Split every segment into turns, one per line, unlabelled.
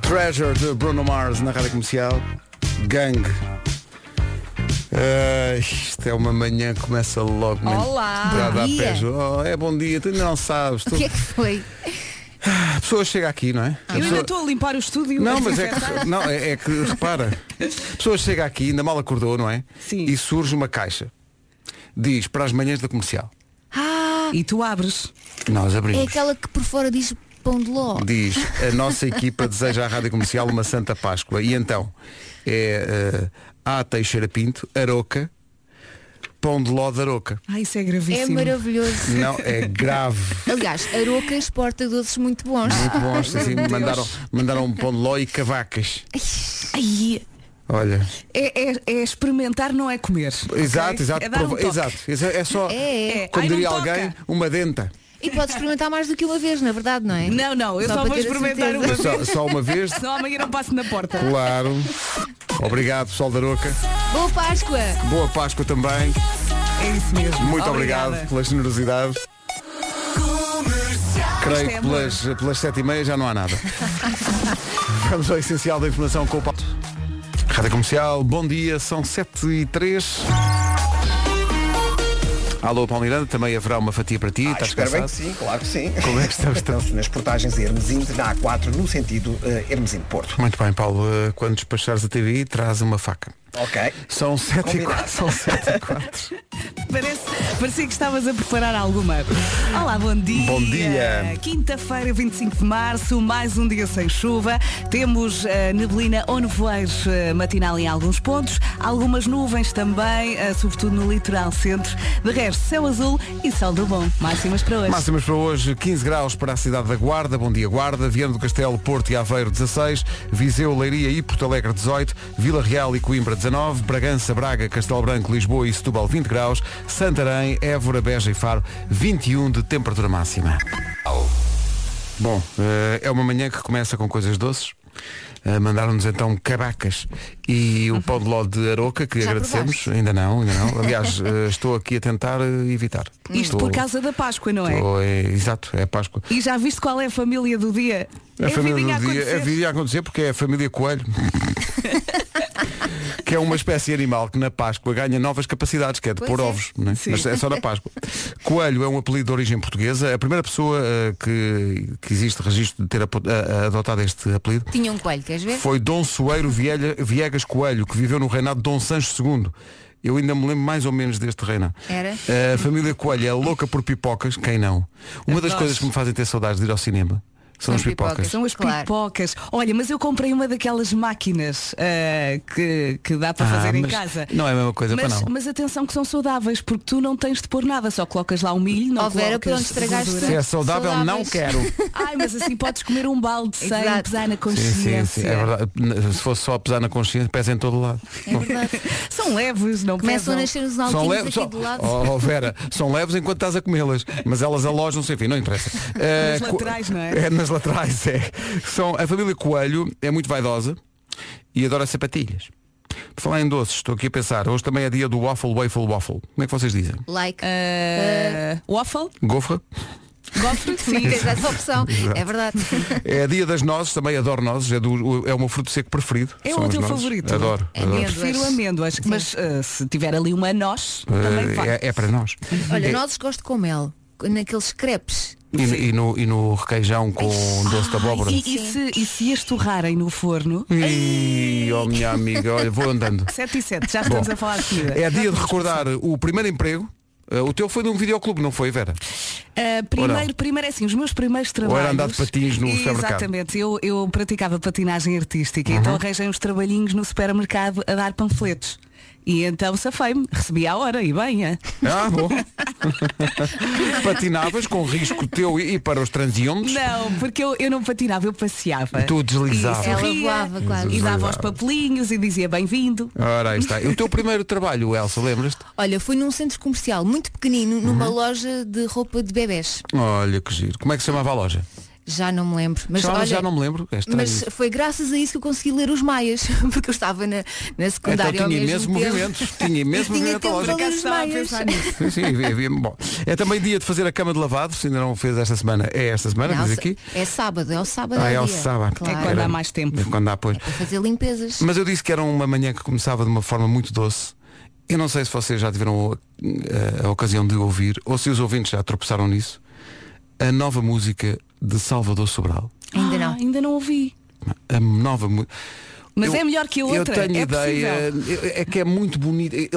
Treasure de Bruno Mars na rádio comercial. Gang. Ah, isto é uma manhã que começa logo. muito-
Olá,
Já
bom
dá
dia.
pés. Oh, é bom dia, tu ainda não sabes. Tu...
O que é que foi?
A pessoa chega aqui, não é? A
Eu ainda
pessoa-
estou a limpar o estúdio.
Não, mas é que, não, é, é que repara, a pessoa chega aqui, ainda mal acordou, não é?
Sim.
E surge uma caixa. Diz para as manhãs da comercial.
Ah,
E tu abres.
Nós
é
abrimos.
aquela que por fora diz pão de ló. É
Diz, a nossa equipa deseja à Rádio Comercial uma Santa Páscoa. E então, é eh, A. Teixeira Pinto, Aroca, Pão de Ló de Aroca.
Ai, isso é
É
gravíssimo.
maravilhoso.
Não, é grave.
Aliás, Aroca exporta doces muito bons.
Muito bom, assim, mandaram, mandaram um pão de ló e cavacas.
Ai,
Olha,
é, é- é experimentar, não é comer.
exato,
ok?
exato,
É dar um
prova-
toque.
exato. É, é só,
É,
é.
como
Ai, não
diria
toca.
alguém, uma denta.
E podes experimentar mais do que uma vez, na verdade, não é?
Não, não, eu
Só
só,
para
vou
ter a
experimentar
certeza.
uma vez,
É Só, só uma vez,
senão amanhã não passo na porta.
claro. Obrigado, pessoal da Aroca.
Boa Páscoa!
Boa Páscoa também.
É isso mesmo.
Muito
Obrigada.
obrigado pela generosidade. Creio
Isto
que
é
pelas, pelas sete e meia já não há nada. Vamos ao essencial da informação com o Paulo. Rádio Comercial, bom dia, são sete e três. Alô, Paulo Miranda, também haverá uma fatia para ti,
Ah,
estás
espero bem
cansado?
que sim, Então. claro que sim.
Como é que estamos? estamos?
Nas portagens de Hermesinde, na A4, no sentido eh, Hermesinde-Porto.
Muito bem, Paulo, eh, quando despachares a TV, traz uma faca.
Ok.
São sete e
Combinado.
quatro. São sete e quatro.
Parece, parecia que estavas a preparar alguma. Olá, bom dia.
Bom dia.
Quinta-feira, 25 de março, mais um dia sem chuva. Temos eh, neblina ou nevoeiro eh, matinal em alguns pontos, algumas nuvens também, eh, sobretudo no litoral centro. De resto, céu azul e sol do bom. Máximas para hoje.
Máximas para hoje, 15 graus para a cidade da Guarda, Bom Dia Guarda, Viana do Castelo, Porto e Aveiro 16, Viseu, Leiria e Porto Alegre 18, Vila Real e Coimbra 19, Bragança, Braga, Castelo Branco, Lisboa e Setúbal 20 graus, Santarém, Évora, Beja e Faro 21 de temperatura máxima. Bom, eh, é uma manhã que começa com coisas doces. Eh, Mandaram-nos então cabacas e
Uhum.
o pão de ló de Aroca, que
Já
agradecemos. Ainda não, ainda não. Aliás, eh, estou aqui a tentar eh, evitar.
Isto
Estou-
por causa da Páscoa, não é?
Oh, é, exato, é a Páscoa.
E já viste qual é a família do dia?
A
é vidinha
família
a
do dia
acontecer.
é vida a acontecer porque é a família coelho. que é uma espécie animal que na Páscoa ganha novas capacidades, que é de
Pois
pôr
é.
ovos, né?
Sim.
mas é só na Páscoa. Coelho é um apelido de origem portuguesa. A primeira pessoa eh, que, que existe registro de ter apo- a- a- adotado este apelido
Tinha um coelho, queres ver?
foi Dom Soeiro Vielha- Viegas Coelho, que viveu no reinado de Dom Sancho II. Eu ainda me lembro mais ou menos deste reinado.
Era?
A família Coelho é louca por pipocas, quem não? Uma das
Adoro.
coisas que me fazem ter saudades de ir ao cinema são
São
as pipocas.
pipocas.
São as
Claro.
pipocas. Olha, mas eu comprei uma daquelas máquinas ah, que, que dá para
Ah,
fazer em
mas
casa.
não é a mesma coisa,
mas,
pá, não.
Mas atenção que são saudáveis, porque tu não tens de pôr nada, só colocas lá o milho, não
Ó, Oh, Vera,
colocas
pronto, estragaste
gordura.
Se é saudável, não
Saudáveis.
quero.
Ai, mas assim podes comer um balde sem
Exato.
pesar na
Sim,
consciência.
sim, sim, é verdade. Se fosse só pesar na consciência, pesa em todo lado.
É verdade.
São leves, não
Começam a
pesam.
nascer os
são
altinhos
leves,
aqui
são,
do lado.
oh, oh, Vera, são leves enquanto estás a comê-las, mas elas alojam-se, enfim, não interessa. Eh,
Nas
co-
laterais, não é?
nas laterais, é. São, a família Coelho é muito vaidosa e adora sapatilhas. Por falar em doces, estou aqui a pensar, hoje também é dia do waffle, waffle, waffle. Como é que vocês dizem?
Like.
Ah, waffle,
Gofra?
gofre,
Sim,
sim.
tens essa opção. É verdade.
É dia das nozes, também adoro nozes, é, do, é o meu fruto seco preferido.
É
são
o
as
teu
nozes.
favorito.
Adoro, adoro.
mesmo.
Prefiro amêndoas, mas ah, se tiver ali uma nós, também vai.
Eh, é, é para nós.
Olha,
É-
nós gosto com mel. Naqueles crepes.
E, no- e no, e no requeijão com doce de abóbora.
E, e se, e se estorrarem no forno,
Hum. Ih, oh minha amiga, olha, vou andando.
7 e 7, já estamos a falar de comida.
É dia de recordar o primeiro emprego. Eh, o teu foi num videoclube, não foi, Vera?
Uh,
Ou não?
primeiro, primeiro é assim, os meus primeiros trabalhos.
andar de patins no supermercado. Uhum.
Exatamente, eu, eu praticava patinagem artística, então arranjei uns trabalhinhos no supermercado a dar panfletos. E então safei-me, recebi à hora e bem. é.
Ah, bom. Patinavas com risco teu e, e para os transeuntes.
Não, porque eu, eu não patinava, eu passeava.
Tu deslizavas.
deslizava E,
Ela
sorria,
voava, claro.
e dava
Deslizava.
os papelinhos e dizia bem-vindo.
Ora, aí está. E o teu primeiro trabalho, Elsa, lembras-te?
Olha, fui num centro Uhum. comercial muito pequenino, numa loja de roupa de bebés.
Olha que giro. Como é que se chamava a loja?
Já não me lembro. Mas
Já-
olha,
já não me lembro, é estranho
mas
isso.
foi graças a isso que eu consegui ler os maias, porque eu estava na, na
Então
secundária
tinha
ao mesmo
imensos
tempo.
movimentos. Tinha imenso
Tinha
movimento
tempo
lógico.
para ler os
Estava a
maias.
pensar nisso.
Sim, sim, havia- havia- bom. É também dia de fazer a cama de lavado, se ainda não fez esta semana, é esta semana,
Não,
diz aqui.
É sábado, é ao sábado.
Ah, é ao
dia.
sábado.
Claro.
É quando há mais tempo.
É quando há, pois.
Para fazer limpezas.
Mas eu disse que era uma manhã que começava de uma forma muito doce. Eu não sei se vocês já tiveram eh, a, ocasião de ouvir, ou se os ouvintes já tropeçaram nisso, a nova música de Salvador Sobral.
Ainda não.
Ah, ainda não ouvi.
A nova música.
Mas é melhor que a outra,
Eu tenho
é
ideia, eu- é que é muito bonito. Ele,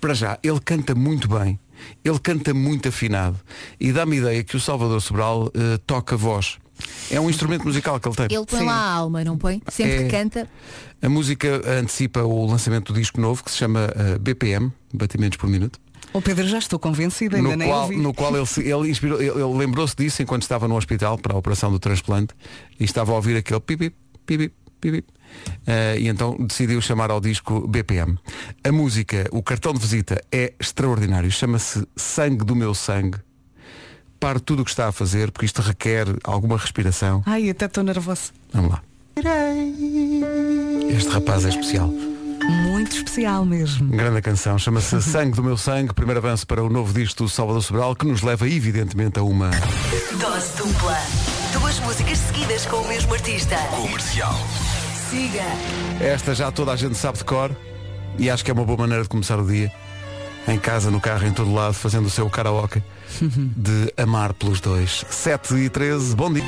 para já, ele canta muito bem. Ele canta muito afinado. E dá-me ideia que o Salvador Sobral eh, toca voz. É um instrumento musical que ele tem.
Ele põe
Sim.
lá a alma, não põe? Sempre
É.
que canta.
A música antecipa o lançamento do disco novo que se chama eh, BPM, Batimentos por Minuto.
O Pedro já estou convencido, ainda
no
nem
qual,
ouvi.
no qual ele, se- ele, inspirou- ele- ele lembrou-se disso enquanto estava no hospital para a operação do transplante e estava a ouvir aquele pipip, pipip, pipip. Eh, e então decidiu chamar ao disco BPM. A música, o cartão de visita é extraordinário. Chama-se Sangue do Meu Sangue. Pare tudo o que está a fazer, porque isto requer alguma respiração.
Ai, até estou nervoso.
Vamos lá. Este rapaz é especial.
Muito especial mesmo.
Grande canção, chama-se Sangue do Meu Sangue, primeiro avanço para o novo disco do Salvador Sobral, que nos leva evidentemente a uma.
Dose dupla. Duas músicas seguidas com o mesmo artista. Comercial. Siga.
Esta já toda a gente sabe de cor e acho que é uma boa maneira de começar o dia. Em casa, no carro, em todo lado, fazendo o seu karaoke de amar pelos dois. 7 e 13, bom dia.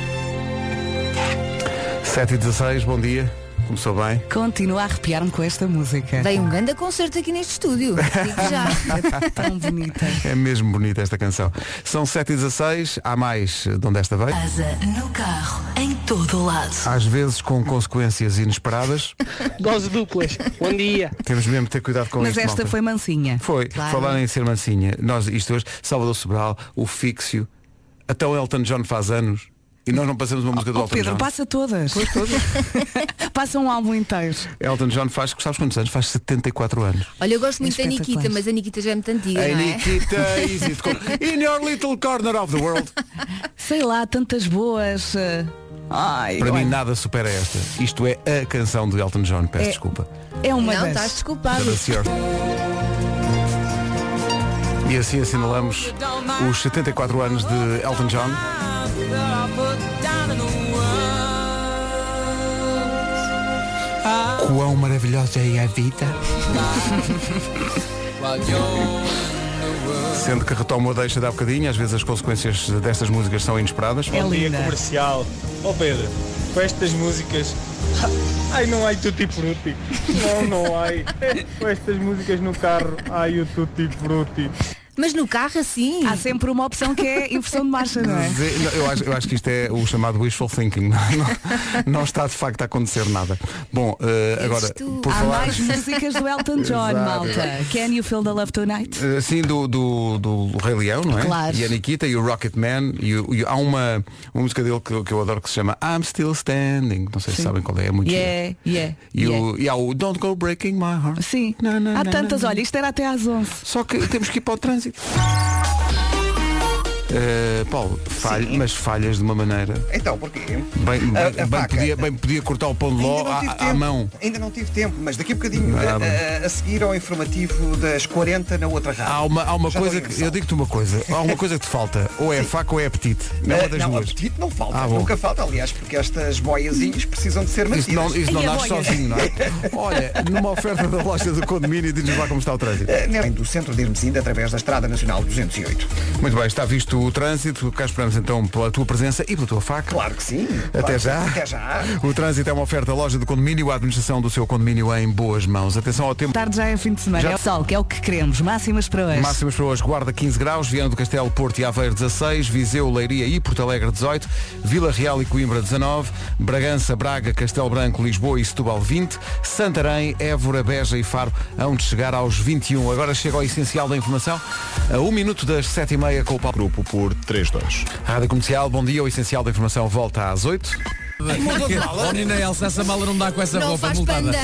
7 e 16, bom dia. Começou bem.
Continuo a arrepiar-me com esta música.
Dei um grande concerto aqui neste estúdio. Digo já.
Tão bonita.
É mesmo bonita esta canção. São 7 e 16, há mais eh, de onde esta veio.
Asa no carro, em todo o lado.
Às vezes com consequências inesperadas.
Dose duplas. Bom dia.
Temos mesmo de ter cuidado com
Mas
isto,
esta
malta.
foi mansinha.
Foi,
Claro.
falar em ser mansinha. Nós, isto hoje, Salvador Sobral, o Fixio, até o Elton John faz anos e nós não passamos uma música do
Oh,
Elton
Pedro,
John.
passa todas. passa um álbum inteiro.
Elton John faz, sabes quantos anos? Faz 74 anos.
Olha, eu gosto muito da Nikita,
Espetaculares.
mas a Nikita já é muito antiga,
A
não é?
Nikita is it cool. In your little corner of the world.
Sei lá, tantas boas. eh, Ai,
Para
olha,
mim nada supera esta. Isto é a canção de Elton John, peço
É.
desculpa.
é uma
Não, tá, estás
das.
desculpado.
Chama-se Your- E assim assinalamos os 74 anos de Elton John. Quão maravilhosa é a vida. Sendo que retomo a deixa de há bocadinho, às vezes as consequências destas músicas são inesperadas.
É
Bom dia
linda.
comercial. Ó Pedro, com estas músicas. Ai, não há tutti frutti. Não, não há. Com estas músicas no carro, ai o tutti frutti.
Mas no carro assim.
Há sempre uma opção que é inversão de marcha, não é?
Dizer- eh, não, Eu acho, eu acho que isto é o chamado wishful thinking. Não, é? não- não está de facto a acontecer nada. Bom, eh, agora,
tu.
por
Há
Há
falar.
mais músicas do Elton John,
Exato.
malta. Can you feel the love tonight?
eh, Assim do, do, do Rei Leão, não é?
Claro.
E a Nikita e o Rocket Man e, o- e há uma, uma música dele que, eu- que eu adoro que se chama I'm Still Standing. Não sei se sabem qual é, é muito gira.
Yeah, yeah.
E,
yeah.
o, e há o Don't Go Breaking My Heart.
é- Sim.
Na, na,
Há
na,
tantas,
na, na.
olha, isto era até às 11.
Só que temos que ir para o trânsito. Eh, Paulo, falha, mas falhas de uma maneira.
Então, porquê?
Bem, bem,
A- a
bem
faca.
podia, bem podia cortar o pão de ló
Ainda não tive
à, à
tempo.
mão.
Ainda não tive tempo, mas daqui a bocadinho,
Ah,
a- a, a seguir ao informativo das 40 na outra rádio.
Há uma, há uma
Já é
coisa
dou
que.
inversão.
Eu digo-te uma coisa. Há uma coisa que te falta. Ou é faca ou é apetite. É uma
Ah,
das
não,
duas.
apetite não falta,
Ah, bom.
nunca falta, aliás, porque estas boiazinhas precisam de ser mantidas.
Isto não, isto não
E a
nasce
boia?
sozinho, não é? Olha, numa oferta da loja do condomínio, diz-nos lá como está o trânsito.
Ah, né, do centro de Hermesinda através da Estrada Nacional 208.
Muito bem, está visto o trânsito. Cá esperamos então pela tua presença e pela tua faca.
Claro que sim. claro
Até
que
já.
sim, Até já.
O trânsito é uma oferta loja do condomínio, a administração do seu condomínio em boas mãos. Atenção ao tempo.
Tarde já é fim de semana.
Já-
É o sol, que é o que queremos. Máximas para hoje.
Máximas para hoje, Guarda 15 graus, Viana do Castelo, Porto e Aveiro 16, Viseu, Leiria e Porto Alegre 18, Vila Real e Coimbra 19, Bragança, Braga, Castelo Branco, Lisboa e Setúbal 20, Santarém, Évora, Beja e Faro onde chegar aos 21. Agora chega ao essencial da informação, a 1 minuto das 7h30 com o Paulo.
Grupo por 3-2.
Rádio Comercial, bom dia, o essencial da informação volta às 8.
Oh, Nina Elsa, essa mala não dá com essa
Não
roupa
faz
multada.
panda.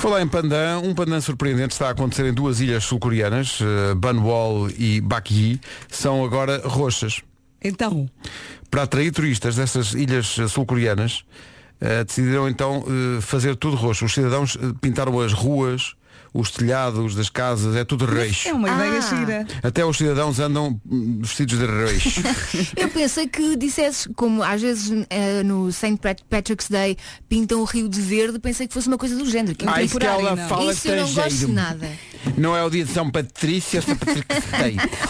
Falar em Pandan, um Pandan surpreendente está a acontecer em duas ilhas sul-coreanas, eh, Banwol e Bakyi, são agora roxas.
Então,
para atrair turistas dessas ilhas eh, sul-coreanas, eh, decidiram então eh, fazer tudo roxo. Os cidadãos eh, pintaram as ruas, os telhados das casas, é tudo reixo.
É uma ideia
Ah.
gira.
Até os cidadãos andam hum, vestidos de reixo.
Eu pensei que dissesses, como às vezes eh, no St. Pat- Patrick's Day pintam o rio de verde, pensei que fosse uma coisa do género. Que é
Ai,
temporário,
que ela
não.
fala
Isso eu não gosto de
estrangeiro.
nada.
Não é o dia de São Patrício, é São Patrício.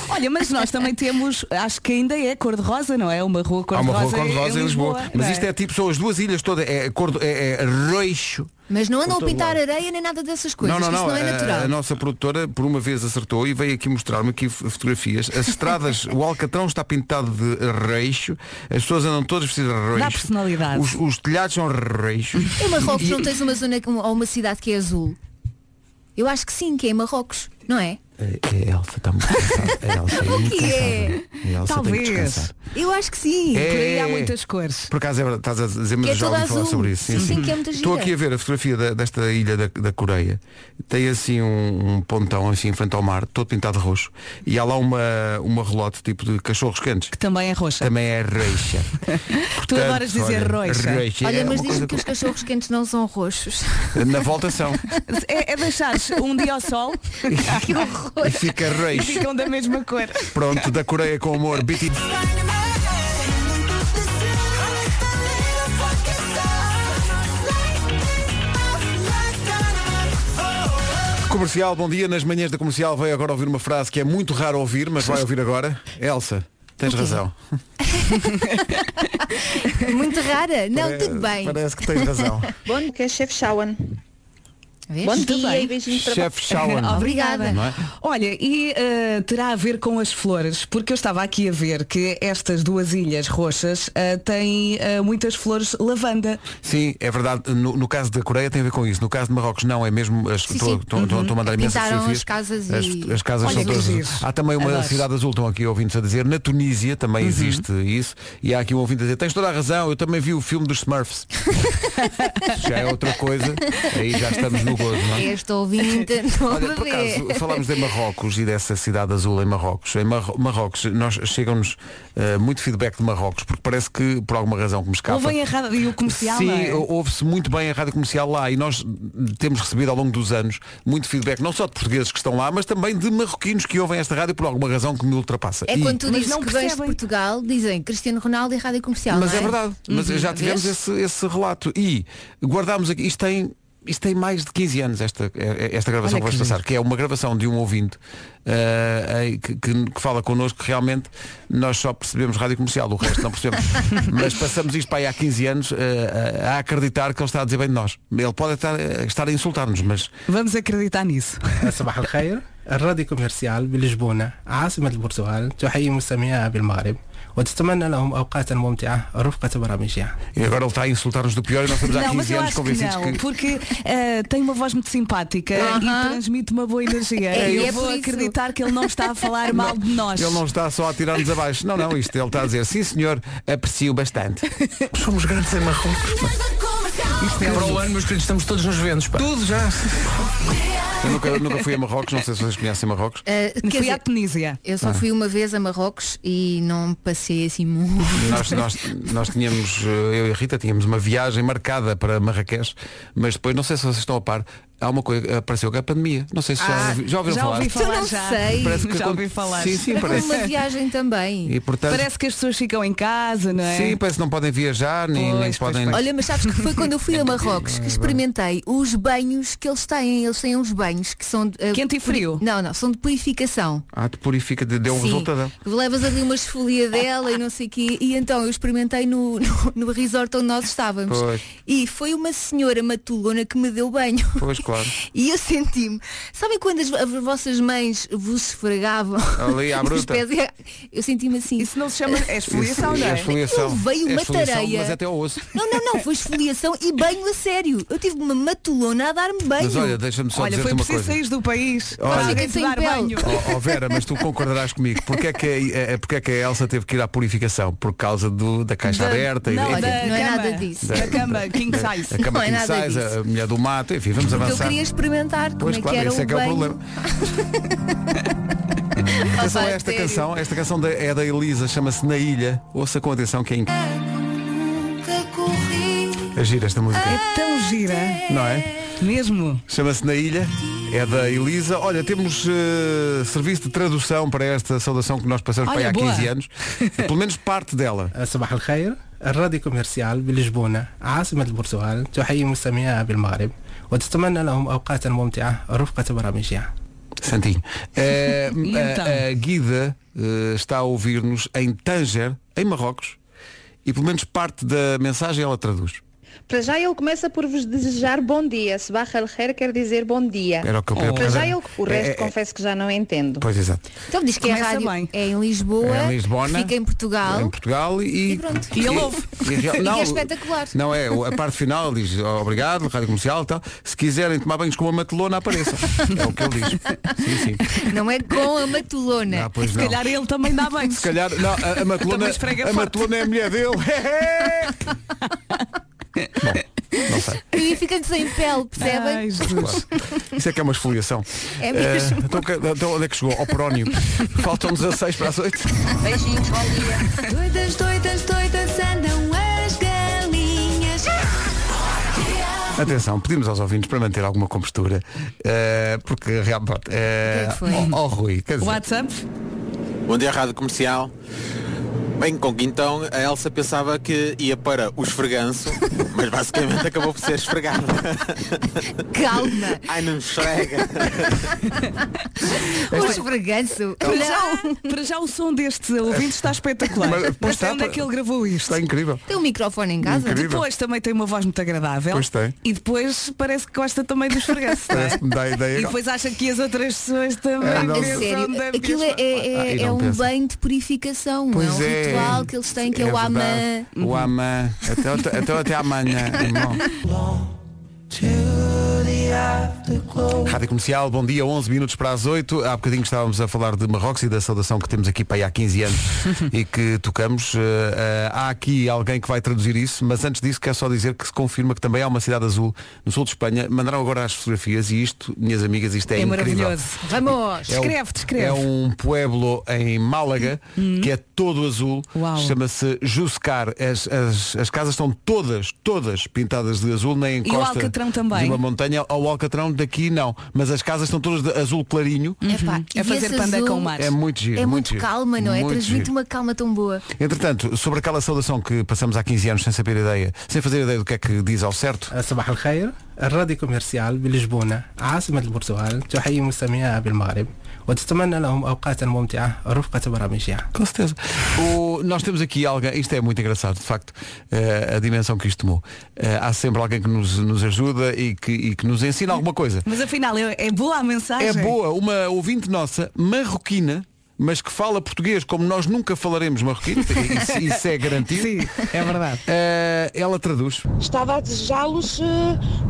Olha, mas nós também temos, acho que ainda é cor-de-rosa, não é? Uma rua
Há
cor-de-rosa.
uma rua cor-de-rosa em Lisboa. Mas
não
isto é tipo, são as duas ilhas todas, é, cor, é, é roxo.
Mas não andam a pintar areia nem nada dessas coisas.
não, não,
que
não.
Isso não é
a-
natural.
a, nossa produtora por uma vez acertou e veio aqui mostrar-me aqui f- fotografias. As estradas, o Alcatrão está pintado de reixo, as pessoas andam todas vestidas de reixo.
Dá personalidade.
Os, os telhados são reixos.
Em Marrocos não tens uma zona com- ou uma cidade que é azul? Eu acho que sim, que é em Marrocos, não é?
A Elsa está muito cansada. A Elsa é muito
que é?
cansada. A Elsa tem que
Talvez.
descansar.
Eu acho que sim.
É.
Por aí há muitas cores.
Por acaso é verdade, estás a dizer, mas
Que é
eu já
toda
ouvi falar
azul.
sobre isso.
Sim, que é muito
Estou
gira.
aqui a ver a fotografia da- desta ilha da, da Coreia. Tem assim um, um pontão assim frente ao mar, todo pintado de roxo. E há lá uma, uma relote tipo de cachorros quentes.
Que também é roxa.
Também é reixa.
Tu adoras dizer roxa.
é
Olha, mas diz-me que os cachorros quentes não são roxos.
Na volta são.
É, é deixares um dia ao sol
que horror.
E fica
e
reixo.
ficam da mesma cor.
Pronto, da Coreia com amor. BT. Comercial, bom dia. Nas manhãs da comercial veio agora ouvir uma frase que é muito raro ouvir, mas vai ouvir agora. Elsa, tens razão.
Muito rara. Não, tudo bem.
Parece que tens razão.
Bom, que é chefe Shawan.
Vês?
Bom
Tudo
dia
bem.
e beijinhos para
Chefe Shawan.
Obrigada.
Não é?
Olha, e eh, terá a ver com as flores, porque eu estava aqui a ver que estas duas ilhas roxas eh, têm eh, muitas flores lavanda.
Sim, é verdade. No, no caso da Coreia tem a ver com isso. No caso de Marrocos não, é mesmo. as-
Sim,
Estou
sim.
estou- estou- estou a mandar imensas
Pintaram
fotografias.
as casas
as,
e-
as casas
Olha
são
que
todas.
giro.
Há também uma
Adoro.
cidade azul, estão aqui ouvintes a dizer. Na Tunísia
Uhum.
também existe isso. E há aqui um ouvinte a dizer, tens toda a razão, eu também vi o filme dos Smurfs. já é outra coisa. Aí já estamos no gozo, não é?
Este ouvinte não
Olha, por acaso,
bebê.
falámos de Marrocos e dessa cidade azul em Marrocos. Em Marro- Marrocos, nós chegam-nos eh, muito feedback de Marrocos, porque parece que, por alguma razão que me escapa...
Ouvem a rádio comercial, não
Sim,
é?
ou- ouve-se muito bem a rádio comercial lá e nós mm, temos recebido ao longo dos anos muito feedback, não só de portugueses que estão lá, mas também de marroquinos que ouvem esta rádio por alguma razão que me ultrapassa.
É
E-
quando tu
Mas
dizes
não
que vens de
percebem.
Portugal, dizem Cristiano Ronaldo e Rádio
Tá
Comercial.
Mas
não
é verdade, mas
Uhum.
já tivemos
Vês?
esse, esse relato. E guardámos aqui, isto tem, isto tem mais de 15 anos, esta, é- é- esta gravação
Olha
que vais
que
passar, que é uma gravação de um ouvinte ah, em que, que- que fala connosco que realmente nós só percebemos rádio comercial, o resto não percebemos. mas passamos isto para aí há 15 anos ah, ah, a acreditar que ele está a dizer bem de nós. Ele pode estar, eh, estar a insultar-nos, mas
Vamos acreditar nisso.
صباح الخير الراديو كوميرسيال بلشبونة عاصمة البرتغال تحيي مستمعيها بالمغرب وتتمنى لهم أوقاتا ممتعة رفقة برامجها
e agora ele está a insultar-nos do pior e nós estamos há
não, mas
15
eu
anos
acho que
convencidos
não, porque eh, tem uma voz muito simpática e transmite uma boa energia.
É,
eu
é
vou
por isso.
acreditar que ele não está a falar mal de nós.
Ele não está só a tirar-nos abaixo. Não, não, isto ele está a dizer, sim senhor, aprecio bastante. Somos grandes em Marrocos.
Para o ano, meus queridos, estamos todos nos ventos. pá.
Tudo já. Eu nunca, nunca fui a Marrocos, não sei se vocês conhecem Marrocos.
Ah, quer
Fui à
dizer,
Tunísia.
eu só fui uma vez a Marrocos e não passei assim muito.
Nós, nós, nós tínhamos, eh, eu e a Rita, tínhamos uma viagem marcada para Marrakech, mas depois, não sei se vocês estão a par, há uma coisa, apareceu que é a pandemia. Não sei se já, ouvi- já ouviram
Ah, já
falar.
ouvi
Eu
falar
Ah, não
já.
sei.
Parece que
já
quando-
ouvi falar.
Sim, sim,
Foi
parece.
uma viagem também.
E portanto,
Parece que as pessoas ficam em casa, não é?
sim, parece que não podem viajar, nem, nem
Pois, pois,
podem.
pois.
Olha, mas sabes que foi quando eu fui a Marrocos que experimentei os banhos que eles têm. Eles têm uns banhos que são... de, eh,
Quente e frio.
puri- Não, não, são de purificação.
Ah, te purifica, de- deu um
Sim.
resultado.
Levas ali uma esfolia dela e não sei o quê. E então eu experimentei no, no, no resort onde nós estávamos.
Pois.
E foi uma senhora matulona que me deu banho.
Pois, claro.
E eu senti-me. Sabem quando as, as vossas mães vos esfregavam?
Ali, à
nos
bruta.
pés? Eu senti-me assim.
Isso não se chama é exfoliação,
Isso-
não
é
é?
Esfoliação.
Aquilo veio
É
uma
esfoliação,
tareia.
Mas até ao osso.
Não, não, não, foi esfoliação e banho a sério. Eu tive uma matulona a dar-me banho.
Mas olha, deixa-me só
Olha,
dizer-te
foi
uma
preciso
coisa.
sair do país
Olha.
para alguém te
Fiquei
dar
sem
banho.
Ó ó, Vera, mas tu concordarás comigo. Porquê é que a, a- porquê é que a Elsa teve que ir à purificação? Por causa do- da caixa
Da-
aberta
não,
e
olha,
da
não é
cama.
nada disso.
Da cama, king
a
size.
cama
não é
king
nada
size,
disso.
a mulher do mato, enfim, vamos
Porque eu
avançar.
é queria experimentar
Pois
como é
claro,
que era
esse
o
é que é o
banho.
problema. atenção a
Opa, é
esta
sério.
canção. Esta canção da- é da Elisa, chama-se Na Ilha. Ouça com atenção que é incrível. É gira esta música,
É tão gira.
não é?
Mesmo.
Chama-se Na Ilha, é da Elisa. Olha, temos eh, serviço de tradução para esta saudação que nós passamos para
Olha,
aí há
boa.
15 anos. Pelo menos parte dela.
أه، صباح الخير الراديو كوميرسيال بلشبونة عاصمة البرتغال تحيي مستمعيها بالمغرب وتتمنى لهم أوقاتا ممتعة رفقة برامجها
Santinho. Eh,
E então?
a, a Guida eh, está a ouvir-nos em Tanger, em Marrocos, e pelo menos parte da mensagem ela traduz.
Para já ele começa por vos desejar bom dia. Se barra al-Khair quer dizer bom dia.
Era o que eu queria
Para já
perguntar.
ele, o resto
É, é,
confesso que já não entendo.
Pois exato.
Então diz que é a
Começa
rádio
bem.
é em Lisboa,
É em Lisbona,
fica em Portugal.
Em
Oh.
Portugal e.
E pronto.
E ele ouve.
e real-
E é espetacular.
Não é, o- a parte final diz "Oh, obrigado, rádio comercial e tal. Se quiserem tomar banhos com uma matelona, apareçam. É o que ele diz. Sim, sim.
Não é com a matulona.
Ah, pois
Se
não.
calhar ele também dá bem.
Se calhar, não, a, a
Então,
matelona,
Também esfrega
a
forte.
matelona é a mulher dele. Bom, não sei.
E fica sem pele, percebem?
Ai, Jesus.
Isso é que é uma esfoliação.
É mesmo.
Eh, então, que- então onde é que chegou? Ao prónio. Faltam 16 para as 8.
Beijinhos, bom dia.
Doidas, doidas, doidas andam as galinhas.
Atenção, pedimos aos ouvintes para manter alguma compostura. eh, porque realmente. eh,
O que é que foi?
ó, ó, Rui, quer dizer,
WhatsApp?
Bom dia, Rádio Comercial. Bem, com então a Elsa pensava que ia para o esfreganço, mas basicamente acabou por ser esfregada.
Calma.
Ai, não me esfrega.
O esfreganço.
É
Para já, para já o som deste ouvinte está espetacular.
Mas,
Mas,
pois está,
onde é
pa-
que ele gravou isto?
Está incrível.
Tem um microfone em casa?
Incrível.
Depois também tem uma voz muito agradável.
Pois tem.
E depois parece que gosta também do esfregaço. não é?
Parece que me dá a ideia.
E depois acha que as outras pessoas também
É, não.
A
pensam
sério,
da
aquilo é,
mesma-
é-
Ah, e
é
não
um
pensa.
bem de purificação, é um ritual que eles têm que é, o amã. Uhum.
verdade. O amã. Até, até, até, até amanhã, irmão. Rádio Comercial, bom dia, 11 minutos para as 8. Há bocadinho estávamos a falar de Marrocos e da saudação que temos aqui para aí há 15 anos e que tocamos. Eh, eh, há aqui alguém que vai traduzir isso, mas antes disso quero só dizer que se confirma que também há uma cidade azul no sul de Espanha. Mandaram agora as fotografias e isto, minhas amigas, isto é,
É
incrível.
maravilhoso.
Vamos!
É um-
Descreve, descreve.
É um pueblo em Málaga
Hum.
que é todo azul.
Uau.
Chama-se Juscar. As, as, as casas estão todas, todas pintadas de azul, nem
E o
encosta
Alcatrão também?
de uma montanha. Ao Alcatrão daqui não. Mas as casas estão todas de azul clarinho.
Epá,
É
e
fazer
esse
panda
azul
com o mar.
É muito giro.
É muito
giro.
calma, não é?
Muito
Transmite um-
giro.
uma calma tão boa.
Entretanto, sobre aquela saudação que passamos há 15 anos sem saber ideia, sem fazer ideia do que é que diz ao certo,
أه، صباح الخير الراديو كوميرسيال بلشبونة عاصمة البرتغال تحيي مستمعيها بالمغرب وتتمنى لهم أوقاتا ممتعة رفقة برامجها
Com certeza. O- nós temos aqui alguém, isto é muito engraçado, de facto, eh, a dimensão que isto tomou. Eh, há sempre alguém que nos, nos ajuda e que, e que nos ensina alguma coisa.
Mas afinal, é, é boa a mensagem.
É boa, uma ouvinte nossa, marroquina, mas que fala português como nós nunca falaremos marroquino, isso, isso é garantido.
Sim, é verdade.
Eh, ela traduz.
Estava a desejá-los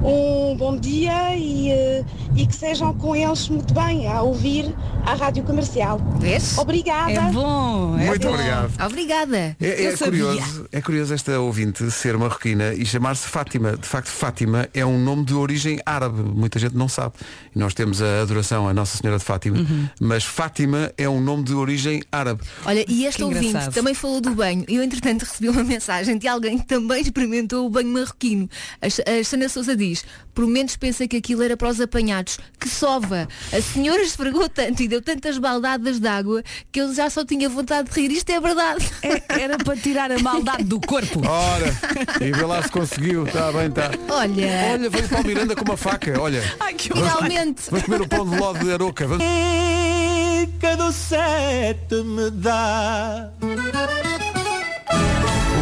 um bom dia e, eh, e que sejam com eles muito bem a ouvir a rádio comercial.
Vês?
Obrigada.
É bom. é
muito
bom.
obrigado.
Obrigada.
É, é
Eu sabia.
curioso, é curioso esta ouvinte ser marroquina e chamar-se Fátima. De facto, Fátima é um nome de origem árabe. Muita gente não sabe. E nós temos a adoração à Nossa Senhora de Fátima.
Uhum.
Mas Fátima é um nome de origem árabe.
Olha, e este
Que
ouvinte
engraçado.
também falou do banho. Eu, entretanto, recebi uma mensagem de alguém que também experimentou o banho marroquino. A, Sa- a Sana Souza diz, por menos pensa que aquilo era para os apanhados. Que sova! A senhora esfregou tanto e deu tantas baldadas de água que eu já só tinha vontade de rir. Isto é verdade.
É- era para tirar a maldade do corpo.
Ora, e vê lá se conseguiu. Está bem, tá. está.
Olha,
Olha, veio para o Miranda com uma faca. Olha,
Ai, que horror.
finalmente.
vamos comer o pão de ló de Aroca. Vamos...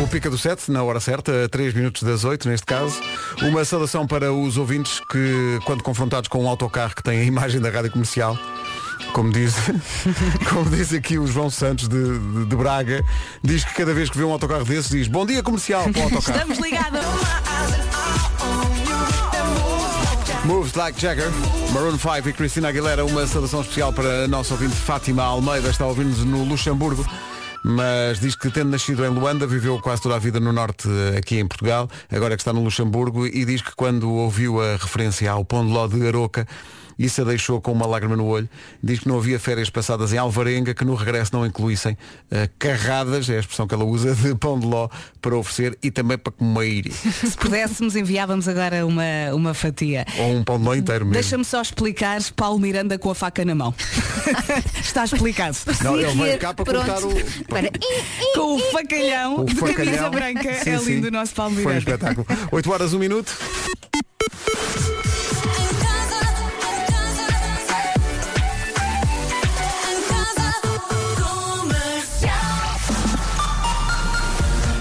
O Pica do 7, na hora certa, a 3 minutos das 8, neste caso. Uma saudação para os ouvintes que, quando confrontados com um autocarro que tem a imagem da rádio comercial, como diz, como diz aqui o João Santos de, de- de Braga, diz que cada vez que vê um autocarro desses diz Bom dia comercial para o autocarro.
Estamos ligados.
Moves Like Jagger, Maroon 5 e Cristina Aguilera, uma saudação especial para a nossa ouvinte Fátima Almeida, está ouvindo-nos no Luxemburgo. Mas diz que tendo nascido em Luanda, viveu quase toda a vida no norte eh, aqui em Portugal, agora que está no Luxemburgo, e diz que quando ouviu a referência ao Pão de Ló de Aroca, Isso a deixou com uma lágrima no olho. Diz que não havia férias passadas em Alvarenga que no regresso não incluíssem eh, carradas, é a expressão que ela usa, de pão de ló para oferecer e também para comer.
Se pudéssemos, enviávamos agora uma, uma fatia.
Ou um pão de ló inteiro mesmo.
Deixa-me só explicar Paulo Miranda com a faca na mão. Está explicado.
Não, ele veio cá para cortar o-
Com o facalhão
O
de camisa
facalhão.
branca.
Sim,
é
sim.
lindo o nosso Paulo
Foi um
Miranda.
espetáculo. 8 horas, 1 minuto.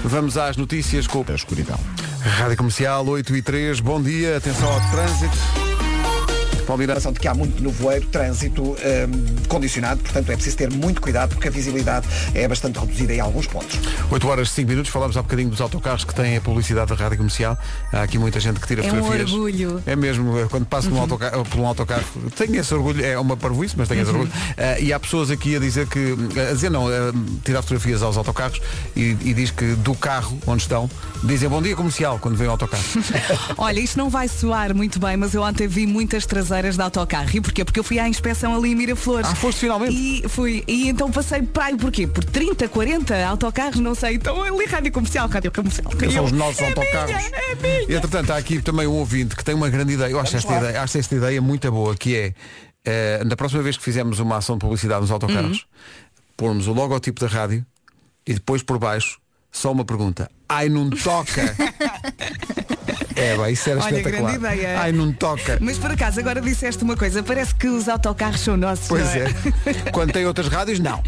Vamos às notícias com a escuridão. Rádio Comercial 8 e 3, bom dia, atenção ao trânsito.
Palmeiração de que há muito nevoeiro, trânsito hum, condicionado, portanto é preciso ter muito cuidado porque a visibilidade é bastante reduzida em alguns pontos.
8 horas e 5 minutos, falámos há bocadinho dos autocarros que têm a publicidade da Rádio Comercial. Há aqui muita gente que tira
É um
fotografias.
orgulho. Uhum.
É mesmo, eh, quando passo num autocarro, por um autocarro, tenho esse orgulho, é uma parvoíce, mas tenho esse
Uhum.
orgulho. Eh, e há pessoas aqui a dizer que, eh, a dizer não, a tirar fotografias aos autocarros e, e diz que do carro onde estão, dizem bom dia comercial quando vem o autocarro.
Olha, isto não vai soar muito bem, mas eu ontem vi muitas traseiras de autocarro. E porquê? Porque eu fui à inspeção ali em Miraflores. Ah,
foste finalmente?
E fui. E então passei para aí, porquê? Por 30, 40 autocarros, não sei. Então ali rádio comercial, rádio comercial.
Que são
Eu-
os nossos
É minha,
autocarros.
é minha.
Entretanto, há aqui também um ouvinte que tem uma grande ideia. Eu acho, esta
lá.
ideia, acho esta ideia muito boa, que é, eh, da próxima vez que fizermos uma ação de publicidade nos autocarros,
Uhum.
pormos o logotipo da rádio e depois por baixo só uma pergunta. Ai, não toca! é, bem, isso era
Olha,
espetacular.
grande ideia.
Ai, não toca!
Mas por acaso, agora disseste uma coisa, parece que os autocarros são nossos.
Pois
não
é. Quando tem outras rádios, não.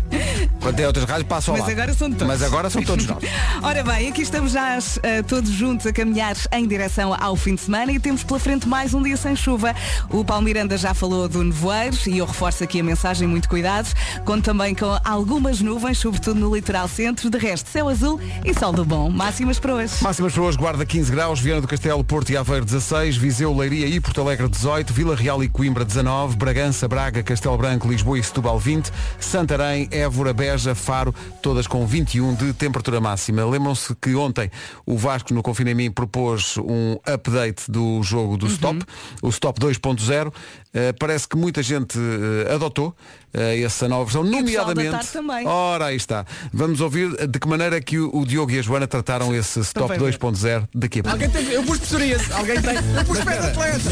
Quando tem outras rádios, passa ao
Mas
lado.
agora são todos.
Mas agora são todos nós.
Ora bem, aqui estamos já eh, todos juntos a caminhar em direção ao fim de semana e temos pela frente mais um dia sem chuva. O Paulo Miranda já falou do nevoeiro e eu reforço aqui a mensagem, muito cuidado. Conto também com algumas nuvens, sobretudo no litoral centro. De resto, céu azul e sol do bom. Máximas para hoje.
Máximas para hoje, Guarda 15 graus, Viana do Castelo, Porto e Aveiro 16, Viseu, Leiria e Porto Alegre 18, Vila Real e Coimbra 19, Bragança, Braga, Castelo Branco, Lisboa e Setúbal 20, Santarém, Évora, Beja, Faro, todas com 21 de temperatura máxima. Lembram-se que ontem o Vasco no Confinamento propôs um update do jogo do Stop, o Stop 2.0. Eh, parece que muita gente eh, adotou eh, essa nova versão,
pessoal da
nomeadamente...
tarde também.
Ora, aí está. Vamos ouvir de que maneira é que o o Diogo e a Joana trataram esse Stop
bem, bem.
2.0 daqui a pouco.
tem... Eu pus psoríase. Alguém tem... Eu pus pé de atleta.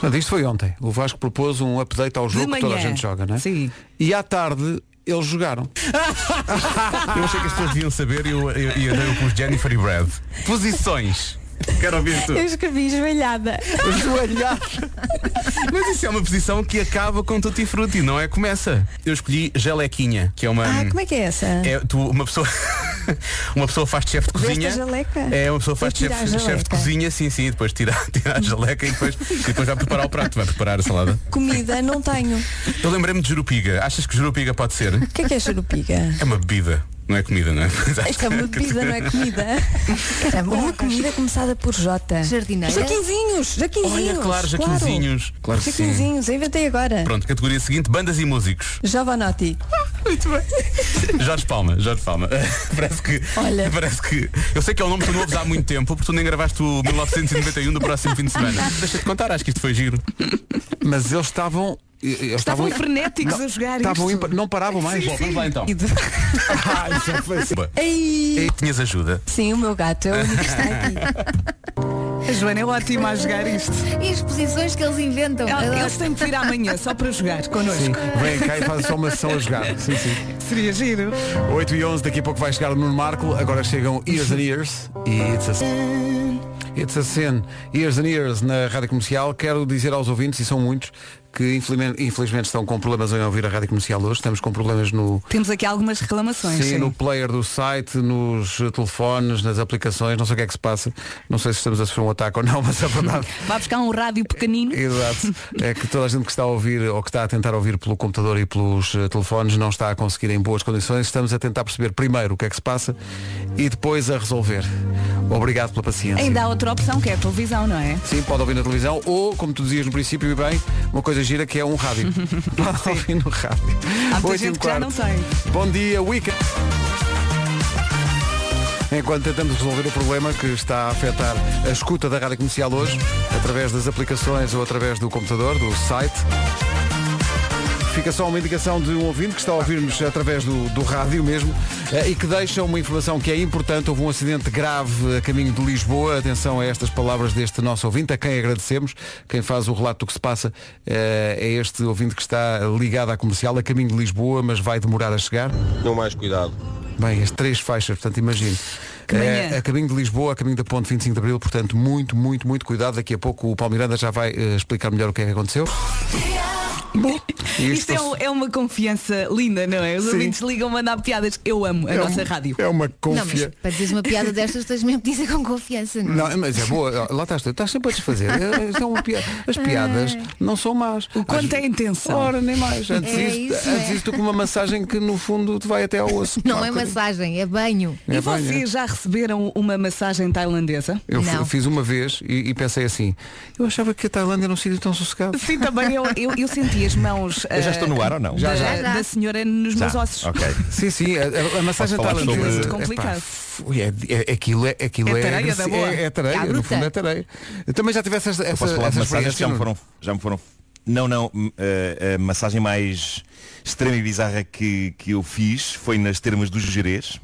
Portanto, isto foi ontem. O Vasco propôs um update ao jogo que toda a
manhã.
gente joga, não é? Sim. E à tarde eles jogaram.
Eu achei que as pessoas deviam saber e eu, eu, eu, eu pus Jennifer e Brad. Posições. Quero ouvir tu.
Eu escrevi joelhada.
Joelhada.
Mas isso é uma posição que acaba com tutti frutti, não é? Começa. Eu escolhi gelequinha, que é uma.
Ah, como é que é essa?
É, tu, uma pessoa uma pessoa faz de chefe de
Veste
cozinha
a jaleca?
é uma pessoa faz
Vou
de
tirar
chefe,
a
chefe de
jaleca.
cozinha sim sim e depois tira, tira a jaleca e depois, e depois vai preparar o prato vai preparar a salada
Comida, não tenho. O
eu lembrei-me de jurupiga achas que jurupiga pode ser
que é que é charupiga?
é uma bebida não é comida não é Mas acho
Isto é uma
que-
bebida, não é comida. É uma comida começada por J.
Jardineira?
Jaquinzinhos, jaquinzinhos.
Olha, claro, jaquinzinhos. Claro que sim.
Jaquinzinhos, eu inventei agora.
pronto categoria seguinte bandas e músicos Ah,
Jovanotti. Muito bem.
Jorge Palma, Jorge Palma. parece que.
Olha.
Parece que. Eu sei que é um nome que tu não ouves há muito tempo, porque tu nem gravaste o 1991 do próximo fim de semana. Deixa de contar, acho que isto foi giro.
Mas eles estavam. Eles
Estavam frenéticos
não,
a jogar
Estavam
isto.
impa- Não paravam mais.
Sim, Bom, vamos sim. lá então. E
Ai, já foi assim.
Ei.
Tinhas ajuda.
Sim, o meu gato é o único que está aqui.
A Joana é ótima a jogar isto.
E as posições que eles inventam.
Eles têm que vir amanhã só para jogar connosco.
Sim, vem cá e faz só uma sessão a jogar. Sim, sim.
Seria giro.
8 e 11, daqui a pouco vai chegar o Nuno Marco. Agora chegam Ears and Ears e It's a Sin. It's a Sin. Ears and Ears na rádio comercial. Quero dizer aos ouvintes, e são muitos, que infelizmente, infelizmente estão com problemas em ouvir a rádio comercial hoje. Estamos com problemas no.
Temos aqui algumas reclamações.
Sim, no player do site, nos telefones, nas aplicações, não sei o que é que se passa. Não sei se estamos a sofrer um ataque ou não, mas a verdade
Vai buscar um rádio pequenino.
Exato. É que toda a gente que está a ouvir ou que está a tentar ouvir pelo computador e pelos eh, telefones não está a conseguir em boas condições. Estamos a tentar perceber primeiro o que é que se passa e depois a resolver. Obrigado pela paciência.
Ainda há outra opção que é a televisão, não é?
Sim, pode ouvir na televisão ou, como tu dizias no princípio, e bem, uma coisa gira que é um rádio. pode ouvir no rádio.
Há
Oito e
muita
um
gente que já não
quarto.
tem.
Bom dia, weekend. enquanto tentamos resolver o problema que está a afetar a escuta da rádio comercial hoje, através das aplicações ou através do computador, do site. Fica só uma indicação de um ouvinte que está a ouvir-nos através do, do rádio mesmo eh, e que deixa uma informação que é importante. Houve um acidente grave a caminho de Lisboa. Atenção a estas palavras deste nosso ouvinte, a quem agradecemos. Quem faz o relato do que se passa eh, é este ouvinte que está ligado à comercial a caminho de Lisboa, mas vai demorar a chegar.
Não mais cuidado.
Bem, as três faixas, portanto, imagino.
Que manhã.
Eh, a caminho de Lisboa, a caminho da Ponte 25 de Abril, portanto, muito, muito, muito cuidado. Daqui a pouco o Paulo Miranda já vai eh, explicar melhor o que é que aconteceu. Bom, e
Isto é, um- é uma confiança linda, não é? Os
Sim.
ouvintes ligam, mandam piadas. Eu amo a
É
nossa
um-
rádio.
É uma
Não, mas
confia.
para dizeres uma piada destas tens mesmo de dizer com confiança, não, é?
Não, mas é boa, lá estás tu, estás sempre a desfazer. É, é, são pia- As piadas não são más. O
quanto é intenção.
Ora, nem mais. Antes
É
isto,
isso,
antes
é.
isto com uma massagem que no fundo te vai até ao osso.
Não
Pá,
é
que-
massagem, é banho.
É bem,
e vocês já receberam uma massagem tailandesa?
Eu f- fiz uma vez e, e pensei assim, eu achava que a Tailândia era um sítio tão sossegado.
Sim, também eu, eu, eu senti as mãos eh,
Eu já estou no ar ou não? Já,
da,
já.
da senhora nos meus
Já,
ossos.
Sim, sim, a, a- a massagem
Posso falar
tailandesa.
sobre-
epá,
complicado.
f- é, é, aquilo é, aquilo
É
é,
tareia da
agressi-
boa.
é, é tareia,
É à
no
bruta.
fundo é tareia. Eu também já tive essa, essa,
Eu posso falar de
essa
massagens que já me
experiência,
foram. Já me foram não, não, hum, a, a massagem mais extrema e bizarra que, que eu fiz foi nas termas do Jerez.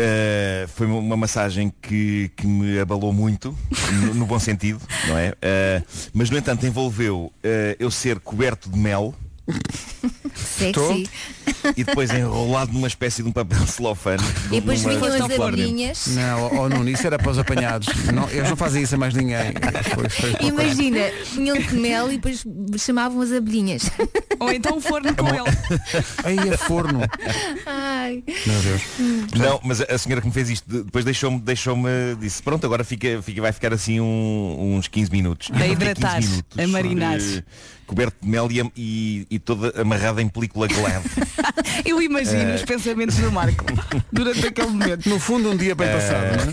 Uh, foi uma- uma massagem que, que me abalou muito, no, no bom sentido, não é? Uh, mas no entanto envolveu uh, eu ser coberto de mel
Sexy.
e depois enrolado numa espécie de um papel celofane.
E depois
numa-
vinham as
Claro.
abelhinhas.
é. Não, oh, Nuno, isso era para os apanhados. Não, eles não fazem isso a mais ninguém. Foi- foi uma coisa.
Imagina, tinham de mel e depois chamavam as abelhinhas.
Ou então um forno com ele.
Aí é forno.
Ai.
Meu Deus.
Não, mas a- a senhora que me fez isto de- depois deixou-me, deixou-me, disse, pronto, agora fica, fica, vai ficar assim um- uns 15 minutos. E
A
eu fiquei 15
hidratar,
minutos,
a marinar.
eh, Coberto de mel e, am- e- e toda amarrada em película glad.
Eu imagino
É.
Eh.
os pensamentos do Marco durante aquele momento.
No fundo, um dia bem é?
passado,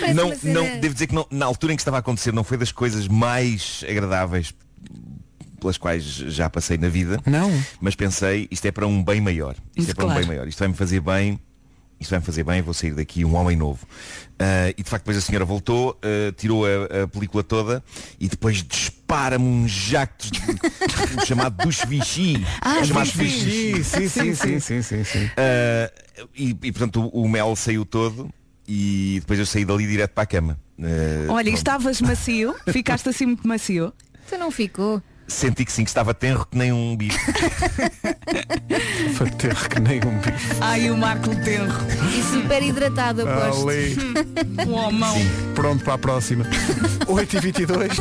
Parece
não,
uma cena-
não, devo dizer que não, na altura em que estava a acontecer não foi das coisas mais agradáveis pelas quais já passei na vida.
Não.
Mas pensei, isto é para um bem maior. Isto é para um
Claro.
bem maior. Isto vai-me fazer bem. Isto vai-me fazer bem, vou sair daqui um homem novo. Ah, e de facto depois a senhora voltou, ah, tirou a, a película toda e depois dispara-me uns jactos de, chamado dos Vichy.
Ah,
chamado
sim, sim, sim, sim, sim, sim, sim, sim.
ah, e, e, portanto o, o mel saiu todo e depois eu saí dali direto para a cama.
É
Ah,
Olha, e
pronto.
estavas macio, ficaste assim muito macio.
Tu não ficou.
Senti que sim, que estava tenro que nem um bicho.
Faterro que nem um bicho.
Ai, o Marco Tenro.
E super hidratado,
Ah,
aposto.
Ali.
Um homão.
Pronto para a próxima. 8h22.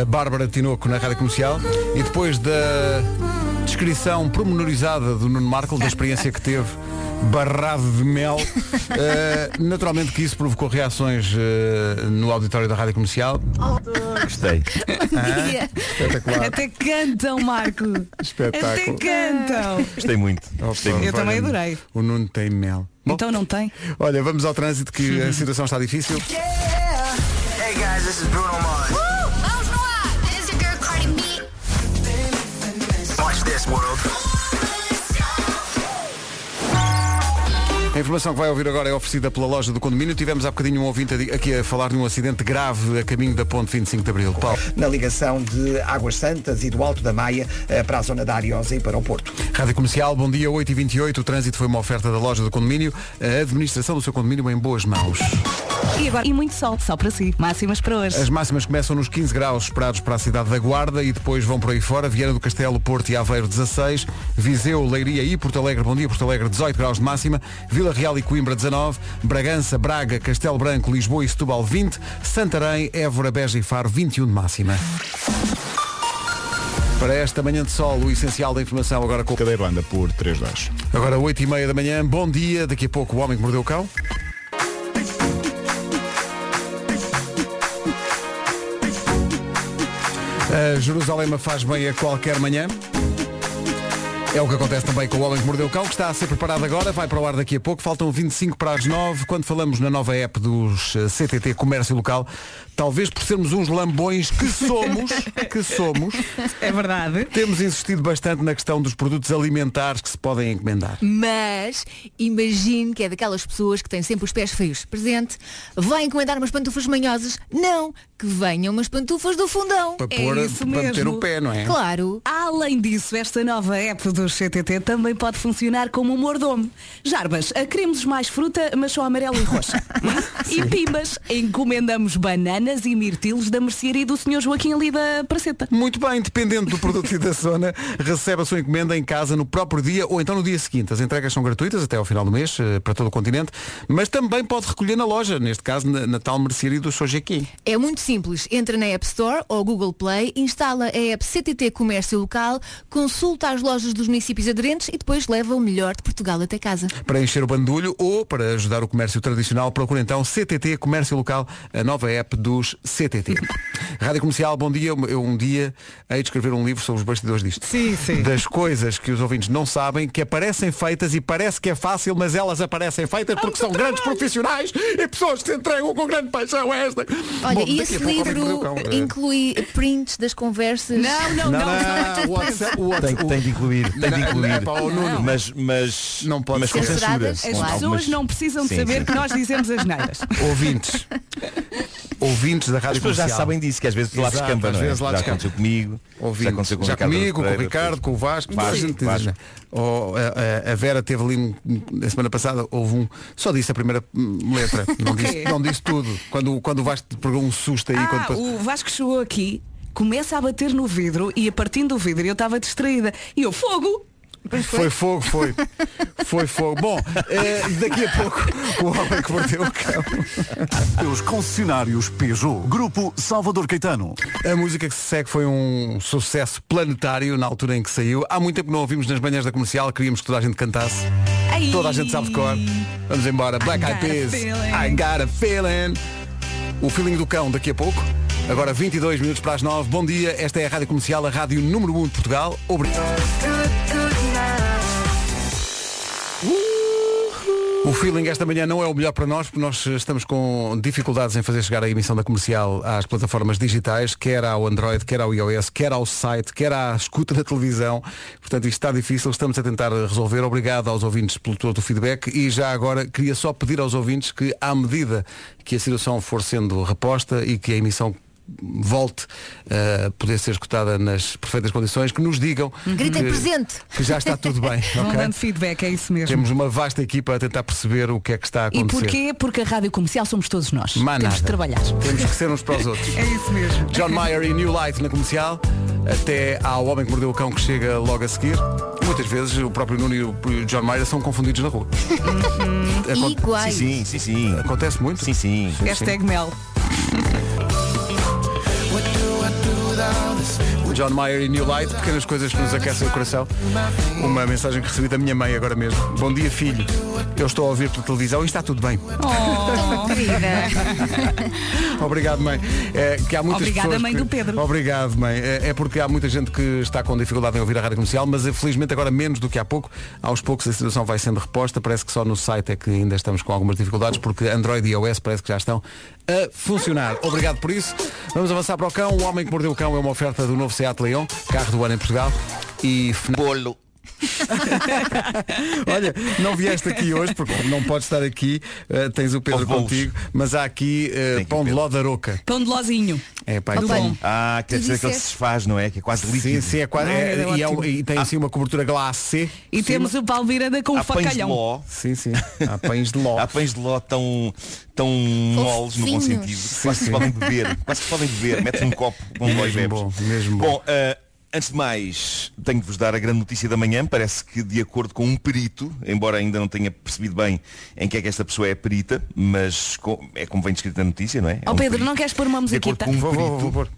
A Bárbara Tinoco na rádio comercial. E depois da descrição promenorizada do Nuno Marco, da experiência que teve. Barrado de mel. eh, naturalmente que isso provocou reações eh, no auditório da Rádio Comercial.
Gostei.
é.
Ah, espetacular.
Até cantam, Marco.
Espetáculo.
Até cantam.
Gostei muito. Gostei muito.
Eu também adorei.
O Nuno tem mel. Bom,
Então não tem?
olha, vamos ao trânsito que a situação está difícil.
Hey guys, this is Bruno Mars. Vamos no ar. This is your girl Cardi B. Watch this world.
A informação que vai ouvir agora é oferecida pela loja do condomínio. Tivemos há bocadinho um ouvinte a di- aqui a falar de um acidente grave a caminho da ponte 25 de Abril. Paulo.
Na ligação de Águas Santas e do Alto da Maia eh, para a zona da Ariosa e para o Porto.
Rádio Comercial, bom dia, 8h28. O trânsito foi uma oferta da loja do condomínio. A administração do seu condomínio em boas mãos.
E agora, e muito sol, só para si. Máximas para hoje.
As máximas começam nos 15 graus esperados para a cidade da Guarda e depois vão por aí fora. Vieira do Castelo, Porto e Aveiro 16, Viseu, Leiria e Porto Alegre, bom dia, Porto Alegre 18 graus de máxima, Vila Real e Coimbra 19, Bragança, Braga, Castelo Branco, Lisboa e Setúbal 20, Santarém, Évora, Beja e Faro 21 de máxima. Para esta manhã de sol, o essencial da informação agora com o Cadeiro anda por 3 graus. Agora 8 e meia da manhã, bom dia, daqui a pouco o homem que mordeu o cão. A Jerusalema faz bem a qualquer manhã. É o que acontece também com o Homem que Mordeu o Cão, que está a ser preparado agora, vai para o ar daqui a pouco, faltam 25 para as 9, quando falamos na nova app dos eh, CTT Comércio Local, talvez por sermos uns lambões que somos, que somos,
É verdade.
temos insistido bastante na questão dos produtos alimentares que se podem encomendar.
Mas imagino que é daquelas pessoas que têm sempre os pés frios. Presente, vai encomendar umas pantufas manhosas? Não, que venham umas pantufas do fundão.
Para pôr- para meter o pé, não é?
Claro.
Além disso, esta nova app do CTT também pode funcionar como um mordomo. Jarbas, ah, queremos mais fruta, mas só amarelo e roxa. e pimbas, encomendamos bananas e mirtilos da mercearia do Sr. Joaquim ali da Praceta.
Muito bem, dependendo do produto e da zona, recebe a sua encomenda em casa no próprio dia ou então no dia seguinte. As entregas são gratuitas até ao final do mês, eh, para todo o continente, mas também pode recolher na loja, neste caso na, na tal mercearia do Sojequim.
É muito simples. Entra na App Store ou Google Play, instala a app CTT Comércio Local, consulta as lojas dos municípios aderentes e depois leva o melhor de Portugal até casa.
Para encher o bandulho ou para ajudar o comércio tradicional, procura então CTT Comércio Local, a nova app dos CTT. Rádio Comercial, bom dia. Eu um dia hei de escrever um livro sobre os bastidores disto.
Sim, sim.
Das coisas que os ouvintes não sabem, que aparecem feitas e parece que é fácil, mas elas aparecem feitas porque são grandes profissionais e pessoas que se entregam com grande paixão a esta.
Olha,
Bom,
e
daqui a
esse
pouco alguém
livro
mordeu o cão.
é?
Eh,
inclui prints das conversas?
Não, não, não,
o WhatsApp-
Tem,
o WhatsApp-
tem de incluir, tem de
Não,
incluir.
é pá, ó, Nuno.
Mas, mas,
não pode
mas com
ser.
censura.
As
Com algumas-
pessoas não precisam de
Sim,
saber
sim.
que nós dizemos as neiras.
Ouvintes. Ouvintes da Rádio
As pessoas já
Comercial.
sabem disso, que às vezes lá
Exato,
descampa,
às
não é?
vezes lá
Já
descampa.
aconteceu comigo, já aconteceu com o
já
Ricardo
comigo, com o
Pereira,
Ricardo, com o
Vasco,
Vasco, muita gente diz,
Vasco.
né? Oh, a, a- a Vera teve ali um- na semana passada, houve um, só disse a primeira hum, letra, não,
O quê?
disse, não disse tudo. Quando, quando o Vasco te pegou um susto aí, quando
Ah,
passou.
o Vasco chegou aqui, começa a bater no vidro e a partir do vidro eu estava distraída. E eu, fogo!
Foi fogo, foi. Foi fogo. Bom, eh, daqui a pouco o homem que mordeu o cão.
Os concessionários Peugeot. Grupo Salvador Caetano.
A música que se segue foi um sucesso planetário na altura em que saiu. Há muito tempo que não ouvimos nas manhãs da comercial, queríamos que toda a gente cantasse.
Ai.
Toda a gente sabe de cor. Vamos embora. Black Eyed
got a
Peas.
feeling.
I got a feeling. O feeling do cão daqui a pouco. Agora 22 minutos para as 9. Bom dia. Esta é a Rádio Comercial, a rádio número 1 de Portugal. Obrigado. O feeling esta manhã não é o melhor para nós, porque nós estamos com dificuldades em fazer chegar a emissão da comercial às plataformas digitais, quer ao Android, quer ao iOS, quer ao site, quer à escuta da televisão. Portanto, isto está difícil, estamos a tentar resolver. Obrigado aos ouvintes pelo todo o feedback e já agora queria só pedir aos ouvintes que, à medida que a situação for sendo reposta e que a emissão volte a poder ser escutada nas perfeitas condições, que nos digam
Gritem
Hum.
que,
presente.
que já está tudo bem.
Vão
ok?
dando Um feedback, é isso mesmo.
Temos uma vasta equipa a tentar perceber o que é que está a
E
acontecer.
porquê? Porque a rádio comercial somos todos nós.
Má
Temos
nada.
de trabalhar.
Temos que ser uns para os outros.
É isso mesmo.
John Mayer e New Light na comercial, até ao Homem que Mordeu o Cão que chega logo a seguir. Muitas vezes o próprio Nuno e o John Mayer são confundidos na rua.
Uhum.
Acon-
Iguais.
É Sim, sim, sim.
Acontece muito?
Sim, sim.
Hashtag mel.
John Mayer e New Light, pequenas coisas que nos aquecem o coração. Uma mensagem que recebi da minha mãe agora mesmo. Bom dia, filho. Eu estou a ouvir pela televisão e está tudo bem.
Oh,
Obrigado, mãe. É, que há muitas
Obrigada,
pessoas
mãe
que-
do Pedro.
Obrigado, mãe. É, é porque há muita gente que está com dificuldade em ouvir a rádio comercial, mas eh, felizmente agora menos do que há pouco. Aos poucos a situação vai sendo reposta. Parece que só no site é que ainda estamos com algumas dificuldades, porque Android e iOS parece que já estão a funcionar. Obrigado por isso. Vamos avançar para o cão. O Homem que Mordeu o Cão é uma oferta do novo Seat Leon, carro do ano em Portugal. E Bolo. Olha, não vieste aqui hoje porque não podes estar aqui, eh, tens o Pedro contigo, mas há aqui eh, pão de ló da roca.
Pão de lozinho.
É, pá,
Do
então-
bom.
Ah, quer
Tu
dizer que ele se
disseste-
desfaz, não é? Que é quase líquido.
Sim, sim, é quase.
Não,
é-
era
e, é um-
ótimo.
e tem assim uma cobertura glacê.
E temos o Palviranda
um
com o
Há pães de
facalhão.
ló.
Sim, sim. Há pães de ló.
Há pães de ló tão, tão moles no bom
Fofinhos.
sentido. Quase que podem beber. Quase que podem beber. Metes um copo com ló e
Mesmo
bebes.
bom, mesmo bom.
Bom, eh, antes de mais, tenho de vos dar a grande notícia da manhã. Parece que, de acordo com um perito, embora ainda não tenha percebido bem em que é que esta pessoa é perita, mas co- é como vem descrito na notícia, não é? É
Ó
um
Oh, Pedro,
perito.
não queres pôr uma Tá.
De acordo
musiquita?
com um perito,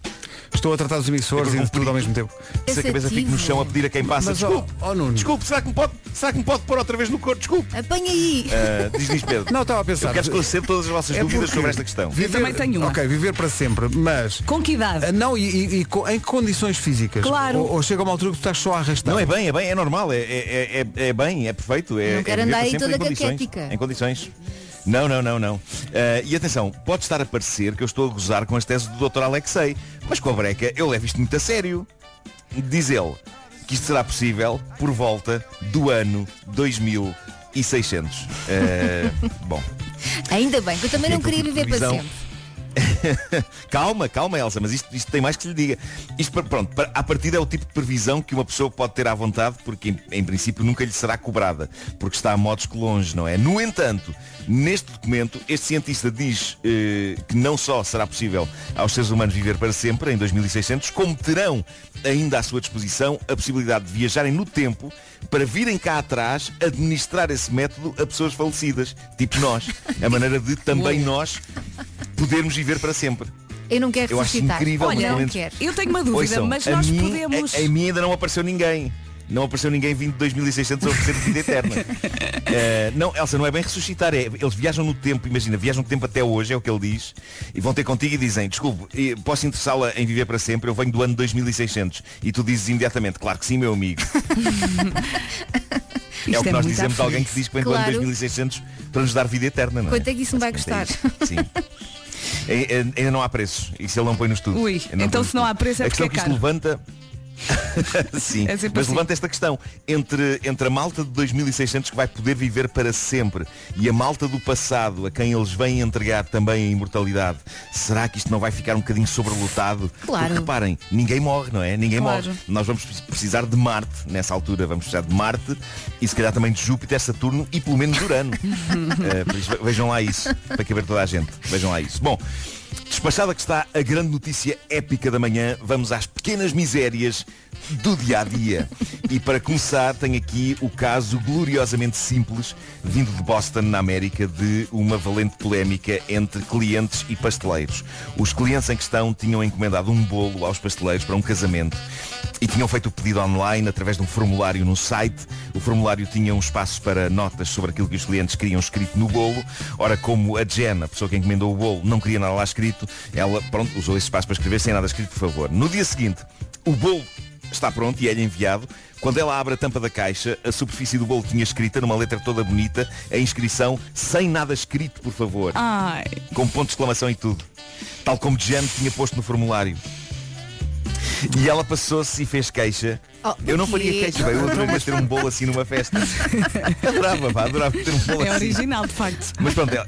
Estou a tratar dos emissores e de tudo ao mesmo tempo.
Se a cabeça fica no chão a pedir a quem passa,
Mas, ó,
desculpe,
ó, Nuno.
desculpe, será que me pode, será que me pode pôr outra vez no corpo? Desculpe.
Apanha aí.
Ah, diz, diz Pedro.
Não, estava a pensar.
Eu quero esclarecer todas as vossas
É
dúvidas
porque
sobre esta questão.
viver-
também tenho uma.
Ok, viver para sempre, mas.
Com que idade?
Ah, Não, e, e- e co- em que condições físicas?
Claro.
Ou, ou chega uma altura que tu estás só a arrastar.
Não, é bem, é bem, é normal, é, é, é, é bem, é perfeito. É,
Não quero
é viver
andar
para
aí
sempre em
toda
condições,
caquética.
Em condições. Não, não, não, não. Ah, e atenção, pode estar a parecer que eu estou a gozar com as teses do Dr. Alexei, mas com a breca eu levo isto muito a sério. Diz ele que isto será possível por volta do ano 2600. Ah, bom. É.
Ainda bem, que eu também
E a
não queria viver para
previsão-
sempre.
calma, calma, Elsa, mas isto, isto tem mais que lhe diga. Isto, para- pronto, para, à partida é o tipo de previsão que uma pessoa pode ter à vontade, porque em, em princípio nunca lhe será cobrada, porque está a modos que longe, não é? No entanto, neste documento, este cientista diz eh, que não só será possível aos seres humanos viver para sempre, em 2600, como terão ainda à sua disposição a possibilidade de viajarem no tempo para virem cá atrás administrar esse método a pessoas falecidas, tipo nós. A maneira de também nós podermos viver para sempre.
Eu não quero
Eu acho
ressuscitar.
incrível, mas
Olha,
pelo
não
menos-
quero.
Eu tenho uma
Ouçam, a mim, é- A, a mim ainda não apareceu ninguém. Não apareceu ninguém vindo de 2600 a oferecer vida eterna. Eh, não, Elsa, não é bem ressuscitar. É, eles viajam no tempo, imagina, viajam no tempo até hoje, é o que ele diz, e vão ter contigo e dizem, desculpe, eh, posso interessá-la em viver para sempre, eu venho do ano 2600. E tu dizes imediatamente, claro que sim, meu amigo. é
Isto
o que
é
nós
muito
dizemos a alguém
aflito.
que diz que vem do
Claro.
ano 2600 para nos dar vida eterna, não é?
Quanto é que isso me vai custar?
Sim. É- é- Ainda não há preço. E se ele não põe no estudo?
Ui, então se não há preço é
a
porque
questão
é
que isto
caro.
levanta. Sim,
É sempre
mas
assim.
levanta esta questão entre, entre a malta de 2600 que vai poder viver para sempre e a malta do passado a quem eles vêm entregar também a imortalidade será que isto não vai ficar um bocadinho sobrelotado?
Claro.
Porque reparem, ninguém morre, não é? Ninguém
Claro.
morre nós vamos precisar de Marte nessa altura vamos precisar de Marte e se calhar também de Júpiter, Saturno e pelo menos de Urano Eh, por isso, vejam lá isso para caber toda a gente vejam lá isso bom despachada que está a grande notícia épica da manhã vamos às pequenas misérias do dia a dia e para começar tenho aqui o caso gloriosamente simples vindo de Boston na América de uma valente polémica entre clientes e pasteleiros os clientes em questão tinham encomendado um bolo aos pasteleiros para um casamento e tinham feito o pedido online através de um formulário no site. O formulário tinha um espaço para notas sobre aquilo que os clientes queriam escrito no bolo. Ora, como a Jen, a pessoa que encomendou o bolo, não queria nada lá escrito, ela, pronto, usou esse espaço para escrever sem nada escrito, por favor. No dia seguinte, o bolo está pronto e é-lhe enviado. Quando ela abre a tampa da caixa, a superfície do bolo tinha escrita, numa letra toda bonita, a inscrição, sem nada escrito, por favor.
Ai. é
Com ponto de exclamação e tudo. Tal como Jen tinha posto no formulário. E ela passou-se e fez queixa.
Oh,
eu não
porquê?
faria queixa, bem, eu adorava ter um bolo assim numa festa. adorava, pá, adorava ter um bolo
É
assim.
original, de facto.
Mas pronto, ela,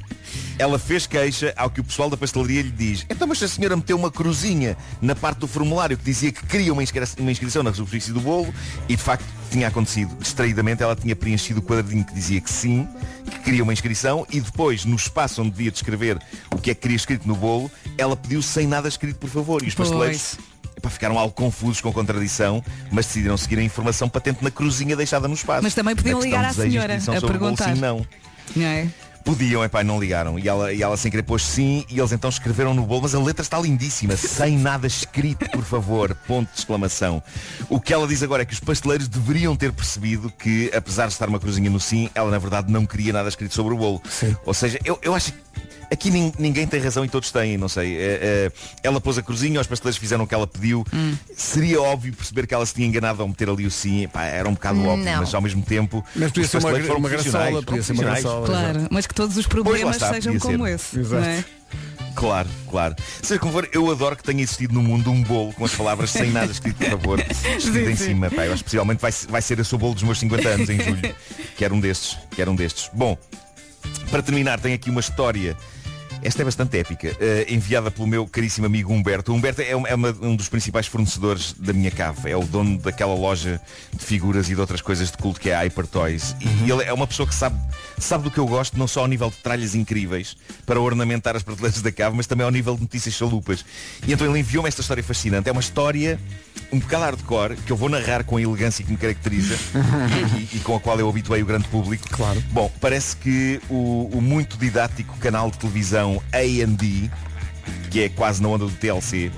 ela fez queixa ao que o pessoal da pastelaria lhe diz. Então mas se a senhora meteu uma cruzinha na parte do formulário que dizia que queria uma, inscri- uma inscrição na superfície do bolo e de facto tinha acontecido. Distraidamente ela tinha preenchido o quadradinho que dizia que sim, que queria uma inscrição e depois no espaço onde devia descrever o que é que queria escrito no bolo, ela pediu sem nada escrito por favor. E os
Pois.
pasteleiros epá, ficaram algo confusos com a contradição, mas decidiram seguir a informação patente na cruzinha deixada no espaço.
Mas também podiam
Na
ligar à
questão desejo e
senhora
inscrição
a
sobre o bolo,
perguntar.
sim, não.
Não é?
Podiam, epá, e não ligaram. E ela, e ela sem querer pôs sim e eles então escreveram no bolo, mas a letra está lindíssima, sem nada escrito, por favor, ponto de exclamação. O que ela diz agora é que os pasteleiros deveriam ter percebido que, apesar de estar uma cruzinha no sim, ela na verdade não queria nada escrito sobre o bolo. Ou seja, eu, eu acho que aqui nin- ninguém tem razão e todos têm, não sei. Eh, eh, ela pôs a cruzinha, os pasteleiros fizeram o que ela pediu. Seria óbvio perceber que ela se tinha enganado ao meter ali o sim, epá, era um bocado óbvio,
Não.
mas ao mesmo tempo.
Mas podia
os
ser uma
pasteleiros
gra-
foram
uma
profissionais,
graçola, podia ser uma
profissionais.
graçola.
Claro, mas que todos os
é. Pois lá
problemas
está,
sejam
podia
como
ser.
esse.
Exato.
Não é?
Claro, claro. Seja como for, eu adoro que tenha existido no mundo um bolo com as palavras sem nada escrito, por favor, escrito
Sim,
em
sim.
cima. Pá, eu acho que possivelmente vai, vai ser esse o bolo dos meus 50 anos em julho. Quero um destes, quero um destes. Bom, para terminar, tenho aqui uma história. Esta é bastante épica, eh, enviada pelo meu caríssimo amigo Humberto. O Humberto é, um, é uma- um dos principais fornecedores da minha cave. É o dono daquela loja de figuras e de outras coisas de culto que é a Hyper Toys. E
Uhum.
ele é uma pessoa que sabe, sabe do que eu gosto, não só ao nível de tralhas incríveis para ornamentar as prateleiras da cave, mas também ao nível de notícias chalupas. E então ele enviou-me esta história fascinante. É uma história um bocado hardcore, que eu vou narrar com a elegância que me caracteriza e, e com a qual eu habituei o grande público. Claro. Bom, parece que o, o muito didático canal de televisão A&D, que é quase na onda do TLC,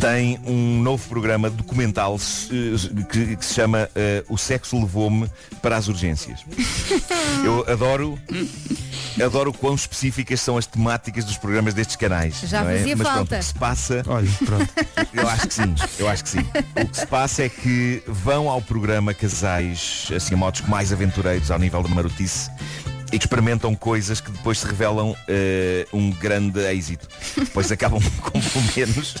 tem um novo programa documental eh, que, que se chama eh, O Sexo Levou-me para as Urgências. Eu adoro, adoro quão específicas são as temáticas dos programas destes canais.
Já
não é?
fazia
Mas pronto,
falta.
o que se passa. Eu acho que sim, eu acho que sim. O que se passa é que vão ao programa casais, assim, a modos mais aventureiros ao nível de marotice e que experimentam coisas que depois se revelam eh, um grande êxito. Pois acabam com pelo menos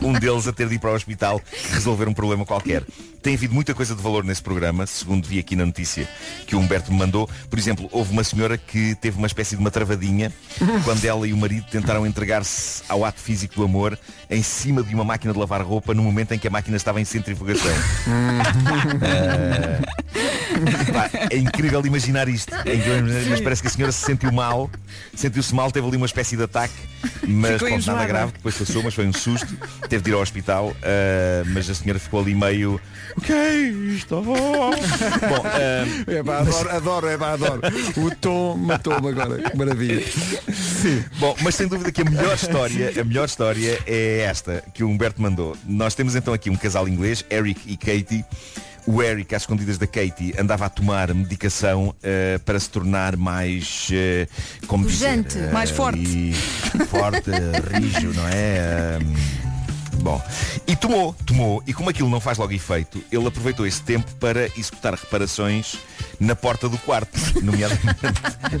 um deles a ter de ir para o hospital resolver um problema qualquer. Tem havido muita coisa de valor nesse programa, segundo vi aqui na notícia que o Humberto me mandou. Por exemplo, houve uma senhora que teve uma espécie de uma travadinha quando ela e o marido tentaram entregar-se ao ato físico do amor em cima de uma máquina de lavar roupa no momento em que a máquina estava em centrifugação. Ah, Pá, é incrível imaginar isto. É incrível imaginar, mas parece que a senhora se sentiu mal, sentiu-se mal, teve ali uma espécie de ataque, mas
Ficou
pronto, nada
enjoada.
grave, depois passou, mas foi um susto, teve de ir ao hospital, ah, mas a senhora ficou ali meio. O que é isto? Bom, ah,
É pá, adoro, adoro, é pá, adoro. O tom matou-me agora. Que Maravilha.
Bom, mas sem dúvida que a melhor história, a melhor história é esta que o Humberto mandou. Nós temos então aqui um casal inglês, Eric e Katie. O Eric, às escondidas da Katie, andava a tomar medicação eh, para se tornar mais eh, como dizer,
Pujante,
eh,
mais forte.
e forte, eh, rijo, não é? Ahm, bom, e tomou, tomou, e como aquilo não faz logo efeito, ele aproveitou esse tempo para executar reparações na porta do quarto, nomeadamente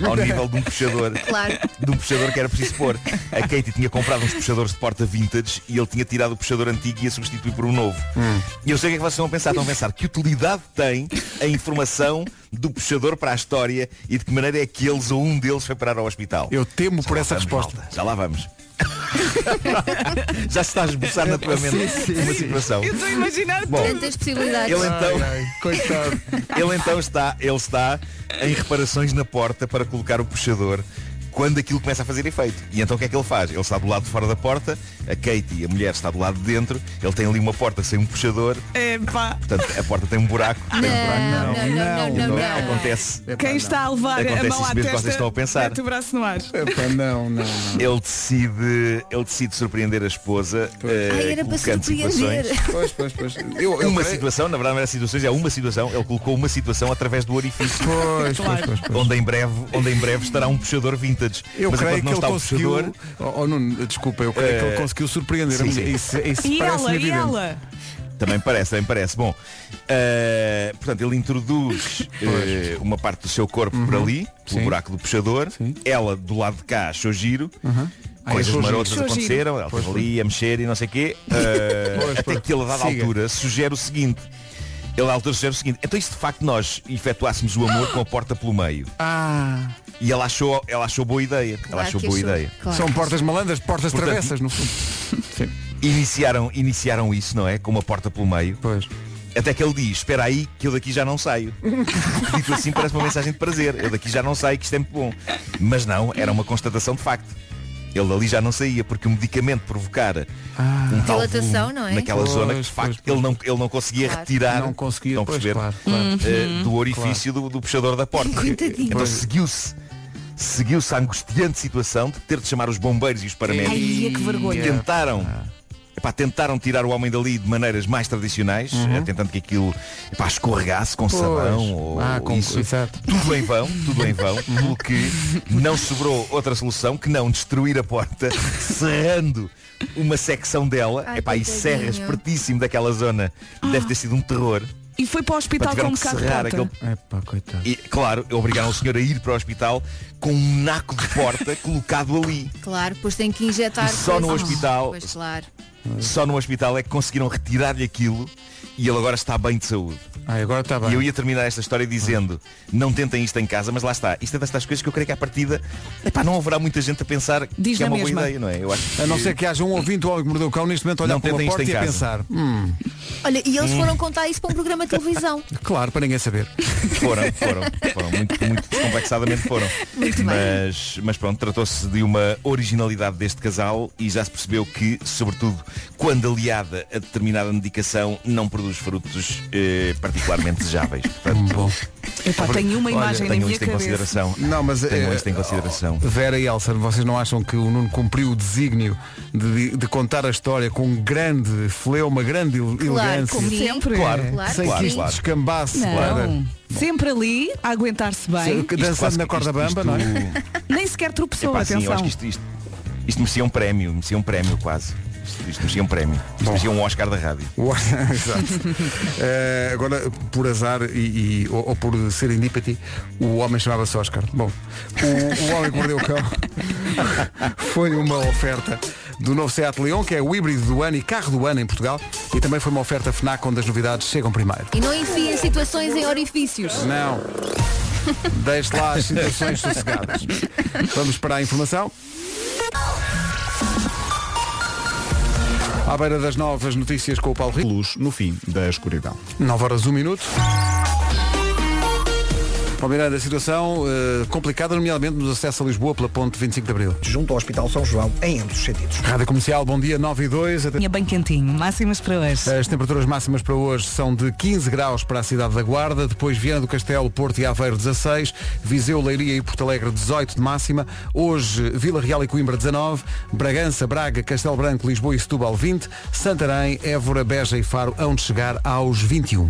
ao nível de um puxador
Claro.
de um puxador que era preciso pôr. A Katie tinha comprado uns puxadores de porta vintage e ele tinha tirado o puxador antigo e ia substituir por um novo.
Hum.
E eu sei o que é que vocês estão a pensar. Estão a pensar que utilidade tem a informação do puxador para a história e de que maneira é que eles ou um deles foi parar ao hospital.
Eu temo por essa
vamos,
resposta.
malta, já lá vamos. já se está a esboçar na tua mente
Sim, sim.
uma situação.
Eu estou a imaginar
Bom,
tantas possibilidades.
Ele então, ele então está, ele está em reparações na porta para colocar o puxador quando aquilo começa a fazer efeito. E então o que é que ele faz? Ele está do lado de fora da porta, a Katie, a mulher, está do lado de dentro, ele tem ali uma porta sem um puxador,
É pá.
portanto a porta tem um buraco, tem um buraco,
não, não, não,
Então,
não, não.
acontece.
Quem está a levar a
Acontece
mão
isso
à
mesmo que vocês
testa
estão a pensar.
mete o braço no ar.
É não, não.
Ele decide, ele decide surpreender a esposa eh,
Ai, era para
colocando
surpreender.
situações.
Pois, pois, pois.
É uma situação, na verdade não era situações, é uma situação, ele colocou uma situação através do orifício.
Pois, pois, pois,
Onde em breve, onde em breve estará um puxador vintage.
Eu
Mas
creio
enquanto
que
não
ele
está o
conseguiu.
puxador,
Oh, oh, Nuno, desculpa, eu creio que ele
Eh,
conseguiu surpreender a
sim,
mulher.
sim.
Isso, é isso
E
parece
ela, e
evidente.
ela.
Também parece, também parece. Bom, eh, portanto, ele introduz eh, uma parte do seu corpo
Uhum.
por ali, o buraco do puxador, ela do lado de cá achou giro.
Ah,
Coisas
achou giro.
marotas
Achou giro.
aconteceram, ela
Pois,
estava ali a mexer e não sei o quê. eh,
Pois,
até
pois.
que ele a dada
Siga.
altura sugere o seguinte. Ele à altura sugere o seguinte, então e se de facto nós efetuássemos o amor com a porta pelo meio?
Ah.
E ela achou, ela achou boa ideia. Ela
Ah,
achou boa ideia. um
São portas malandras, portas
Portanto,
travessas, no fundo.
Iniciaram, iniciaram isso, não é? Com uma porta pelo meio.
Pois.
Até que ele diz, espera aí que eu daqui já não saio. Dito assim parece uma mensagem de prazer. Eu daqui já não saio, que isto é muito bom. Mas não, era uma constatação de facto. Ele dali já não saía, porque o medicamento provocara
Ah.
um tal
Dilatação,
volume
não é?
naquela
Pois,
zona que de facto ele, não, ele não conseguia
Claro.
retirar
Não conseguia,
estão a
pois,
perceber?
claro, claro.
Eh,
Uhum.
do orifício do, do puxador da porta.
Coitadinho.
Então
Pois.
seguiu-se seguiu-se a angustiante situação de ter de chamar os bombeiros e os paramédicos.
Ai, é que vergonha.
Tentaram.
Ah.
Epá, tentaram tirar o homem dali de maneiras mais tradicionais, eh, tentando que aquilo epá, escorregasse com
Uhum. Pois.
sabão ou
Ah, com- Uhum.
isso.
exato.
Tudo em vão, tudo em vão, pelo que não sobrou outra solução que não destruir a porta, serrando uma secção dela,
Ai,
epá, e
coitadinho. Ah.
serra espertíssimo daquela zona, deve ter sido um terror.
E foi para o
Pá,
hospital com
tiveram
um
que
bocado de
serrar
porta.
aquele... E, claro, obrigaram o senhor a ir para o hospital com um naco de porta colocado ali.
Claro, depois tem que injetar.
E só no
coisas.
hospital.
Pois claro.
Só no hospital é que conseguiram retirar-lhe aquilo e ele agora está bem de saúde.
Ah, agora está
E eu ia terminar esta história dizendo, não tentem isto em casa, mas lá está. Isto é destas coisas que eu creio que à partida, epá, não haverá muita gente a pensar
Diz
que é
na
uma
mesma.
boa ideia, não é? Eu acho
A não ser que haja um ouvinte ou homem que mordeu o cão neste momento a olhar
Não
para uma
tentem isto
porta
em
e a
casa.
pensar. "Hum,
Olha, e eles
Hum.
foram contar isso para um programa de televisão.
claro, para ninguém saber.
Foram, foram, foram, muito, muito descomplexadamente foram.
Muito bem.
mas, mas pronto, tratou-se de uma originalidade deste casal e já se percebeu que, sobretudo, quando aliada a determinada medicação, não produz frutos eh, particularmente desejáveis. Portanto,
Epá, tenho uma
olha,
imagem na
tenham
minha
isto em
cabeça.
consideração.
Não, mas
tenham
eh,
isto em consideração.
Vera e Elsa, vocês não acham que o Nuno cumpriu o desígnio de, de contar a história com um grande fleuma, grande ele- elegância?
como sempre.
Claro,
Claro
sem
que
que
sim.
isto descambasse.
um Não.
para-
Sempre ali, a aguentar-se
Sim,
bem.
que Dançando na corda bamba, não é?
Nem sequer tropeçou,
Epá, sim, eu
atenção.
acho que isto, isto, isto merecia um prémio, merecia um prémio quase. Isto, isto merecia um prémio. Isto merecia um Oscar da rádio.
Exato. Eh, agora, por azar e, e- ou, ou por serendipity, o homem chamava-se Oscar. Bom, o, o Homem que Mordeu o Cão foi uma oferta do novo Seat Leon, que é o híbrido do ano e carro do ano em Portugal, e também foi uma oferta FNAC onde as novidades chegam primeiro.
E não enfiem situações em orifícios.
Não. Deixe lá as situações sossegadas. Vamos para a informação. À beira das novas notícias com o Paulo Rico.
Luz no fim da escuridão.
9 horas, 1 minuto. Paulo Miranda, a situação eh, complicada, nomeadamente nos acessos a Lisboa pela ponte 25 de Abril.
Junto ao Hospital São João, em ambos os sentidos.
Rádio Comercial, bom dia, 9 e 2. Até...
Tinha bem quentinho. Máximas para hoje.
As temperaturas máximas para hoje são de 15 graus para a cidade da Guarda, depois Viana do Castelo, Porto e Aveiro 16, Viseu, Leiria e Porto Alegre 18 de máxima, hoje Vila Real e Coimbra 19, Bragança, Braga, Castelo Branco, Lisboa e Setúbal 20, Santarém, Évora, Beja e Faro hão de chegar aos 21.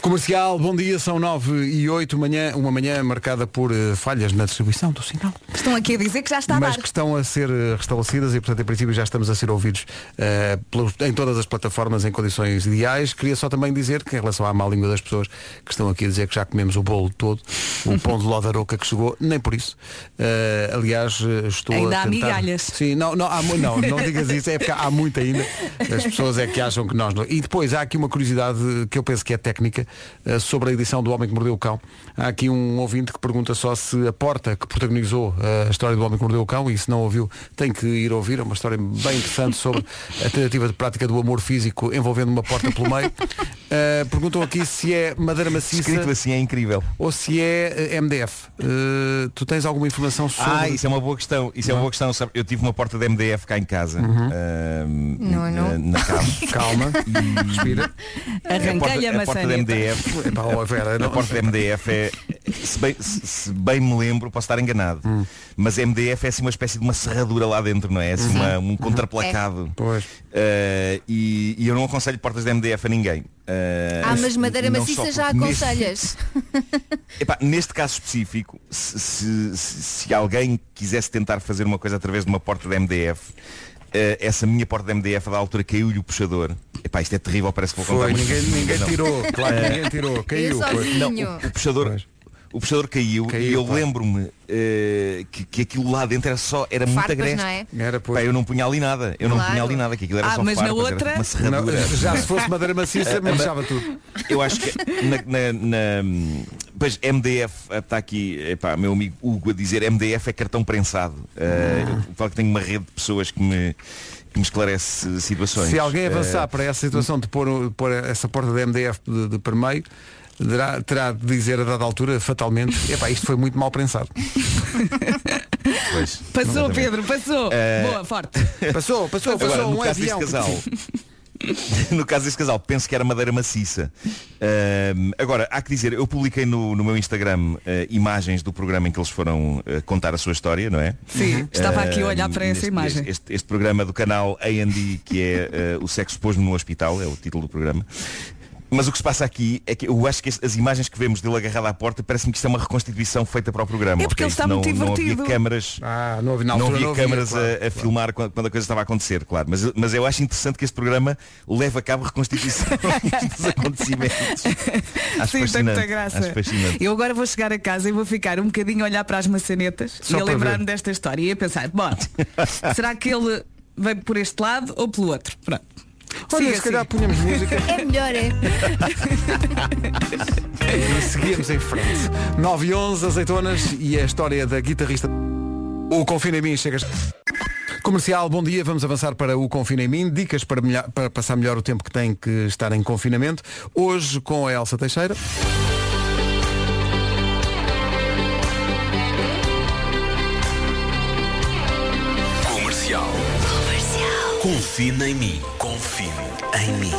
Comercial, bom dia, são 9 e 8, manhã, uma manhã marcada por eh, falhas na distribuição do sinal
Estão aqui a dizer que já está a
mas
dar.
que estão a ser eh, restabelecidas e, portanto, em princípio já estamos a ser ouvidos eh, pelos- em todas as plataformas em condições ideais. Queria só também dizer que, em relação à má língua das pessoas que estão aqui a dizer que já comemos o bolo todo, o pão de ló da roca que chegou, nem por isso. Eh, aliás, eh, estou
Ainda
a
há
tentar...
migalhas.
Sim, não, não, há mu- não, não digas isso, é porque há muito ainda. As pessoas é que acham que nós não. E depois há aqui uma curiosidade eh, que eu penso que é técnica eh, sobre a edição do Homem que Mordeu o Cão. Há aqui um ouvinte que pergunta só se a porta que protagonizou eh, a história do Homem que Mordeu o Cão, e se não ouviu, tem que ir ouvir. É uma história bem interessante sobre a tentativa de prática do amor físico envolvendo uma porta pelo meio. Eh, perguntam aqui se é madeira maciça.
Escrito assim é incrível.
Ou se é eh, MDF. Eh, tu tens alguma informação sobre.
Ah, isso é uma boa questão. Isso é uma boa questão. sabe? Eu tive uma porta de MDF cá em casa. ahm,
Não,
Na,
não.
na cama.
Calma, respira.
a porta,
Arranquei a
a porta da
maçaneta.
MDF.
Epá, ó, Vera,
a porta da MDF é. Se bem, se- se bem me lembro, posso estar enganado.
Hum.
Mas MDF é assim uma espécie de uma serradura lá dentro, não é? É assim
Uhum.
uma- um
Uhum.
contraplacado.
Pois.
Eh, e, e eu não aconselho portas de MDF a ninguém. Eh,
Ah, mas madeira
não
maciça
só
já
porque neste-
aconselhas.
Epá, neste caso específico, se, se- se- se alguém quisesse tentar fazer uma coisa através de uma porta de MDF, eh, essa minha porta de MDF da altura caiu-lhe o puxador. Epá, isto é terrível, parece que vou contar
Foi,
uma
ninguém-
história,
ninguém
mas não.
tirou, claro,
Eh,
ninguém tirou, caiu,
Eu pois.
Não,
sozinho.
o, o puxador, o puxador caiu, e eu
claro.
lembro-me eh, que, que aquilo lá dentro era só, era muito
Farpas,
agreste.
não é? Era, pois.
Pá, eu não punha ali nada, eu não
Claro.
punha ali nada, que aquilo era
Ah,
só
mas na
farpas, era
outra-
uma serradura.
Não, já se fosse madeira maciça,
Eh,
mas
ma-
fechava tudo.
eu acho que na, na- na- pois MDF está ah, tá aqui epá, meu amigo Hugo a dizer MDF é cartão prensado Eh, eu, claro que tenho uma rede de pessoas que me, que me esclarece situações
Se alguém avançar
Eh,
para essa situação de pôr, o- pôr essa porta da MDF de, de permeio, terá, terá de dizer a dada altura, fatalmente, epá, isto foi muito mal pensado.
pois,
Passou,
exatamente.
Pedro, passou.
Eh,
Boa, forte.
Passou, passou,
Agora,
passou
no
um
caso deste
avião.
casal, no caso deste casal, penso que era madeira maciça. Ahm, agora, há que dizer, eu publiquei no, no meu Instagram eh, imagens do programa em que eles foram eh, contar a sua história, não é?
Sim, estava aqui a olhar
Ahm,
para essa
neste-
imagem.
Este, este- este programa do canal A&D, que é eh, O Sexo Pôs-me no Hospital, é o título do programa. Mas o que se passa aqui é que eu acho que este- as imagens que vemos dele agarrado à porta parece-me que isto é uma reconstituição feita para o programa.
É
ok?
porque ele está
Isto não,
muito
Não
divertido.
havia câmaras,
Ah, não havia, na
não
altura
havia
não havia,
câmaras eh,
claro,
a, a filmar quando, quando a coisa estava a acontecer, claro. Mas, mas eu acho interessante que este programa leve a cabo reconstituição dos acontecimentos. Acho
Sim, tem
fascinante,
muita graça.
Acho fascinante.
Eu agora vou chegar a casa e vou ficar um bocadinho a olhar para as maçanetas
Só
e a
para
lembrar-me
ver.
desta história e a pensar, bom, será que ele vem por este lado ou pelo outro? Pronto.
Olha,
Siga,
se calhar
siga.
punhamos música.
É melhor, é?
E seguimos em frente. 9 e 11, azeitonas e a história da guitarrista. O Confina em mim chegas. Comercial, bom dia, vamos avançar para o Confina em mim. Dicas para, melhor- para passar melhor o tempo que tem que estar em confinamento. Hoje com a Elsa Teixeira.
Comercial. Comercial.
Confina em mim. Confie em mim.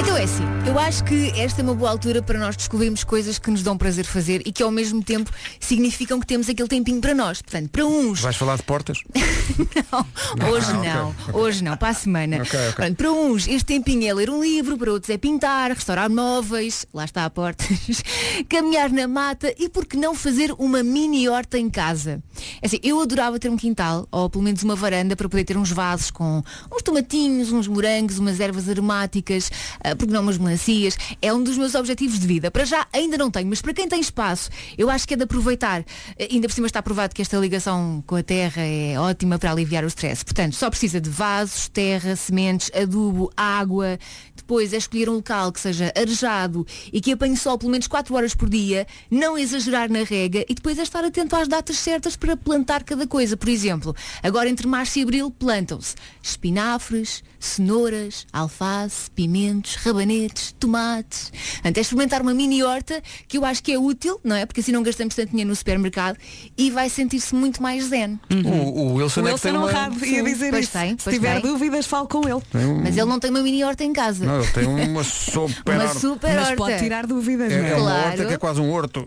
Então é assim, eu acho que esta é uma boa altura para nós descobrirmos coisas que nos dão prazer fazer e que ao mesmo tempo significam que temos aquele tempinho para nós. Portanto, para uns
Vais falar de portas?
Hoje
Ah, ok,
não,
ok.
hoje não, para a semana.
Ok, ok.
Pronto, para uns este tempinho é ler um livro, para outros é pintar, restaurar móveis, lá está a portas, caminhar na mata e por que não fazer uma mini horta em casa? É assim, eu adorava ter um quintal, ou pelo menos uma varanda, para poder ter uns vasos com uns tomatinhos, uns morangos, umas ervas aromáticas, ah, porque não umas melancias. É um dos meus objetivos de vida. Para já ainda não tenho, mas para quem tem espaço, eu acho que é de aproveitar. Eh, Ainda por cima está provado que esta ligação com a terra é ótima para aliviar o stress. Portanto, só precisa de vasos, terra, sementes, adubo, água. Depois é escolher um local que seja arejado e que apanhe sol pelo menos 4 horas por dia, não exagerar na rega e depois é estar atento às datas certas para plantar cada coisa. Por exemplo, agora entre março e abril plantam-se espinafres, cenouras, alface, pimentos, rabanetes, tomates. Portanto, é experimentar uma mini horta que eu acho que é útil, não é? Porque assim não gastamos tanto dinheiro no supermercado e vai sentir-se muito mais zen.
O, o Wilson é que tem uma...
ia dizer
pois
isso.
Tem,
Se
pois
tiver
tem.
dúvidas, falo com ele.
Tem um-
Mas ele não tem uma mini horta em casa.
Não, ele tem uma super...
Uma
horta.
super
Mas
horta.
pode tirar dúvidas,
É,
não é?
é uma horta que é quase um horto.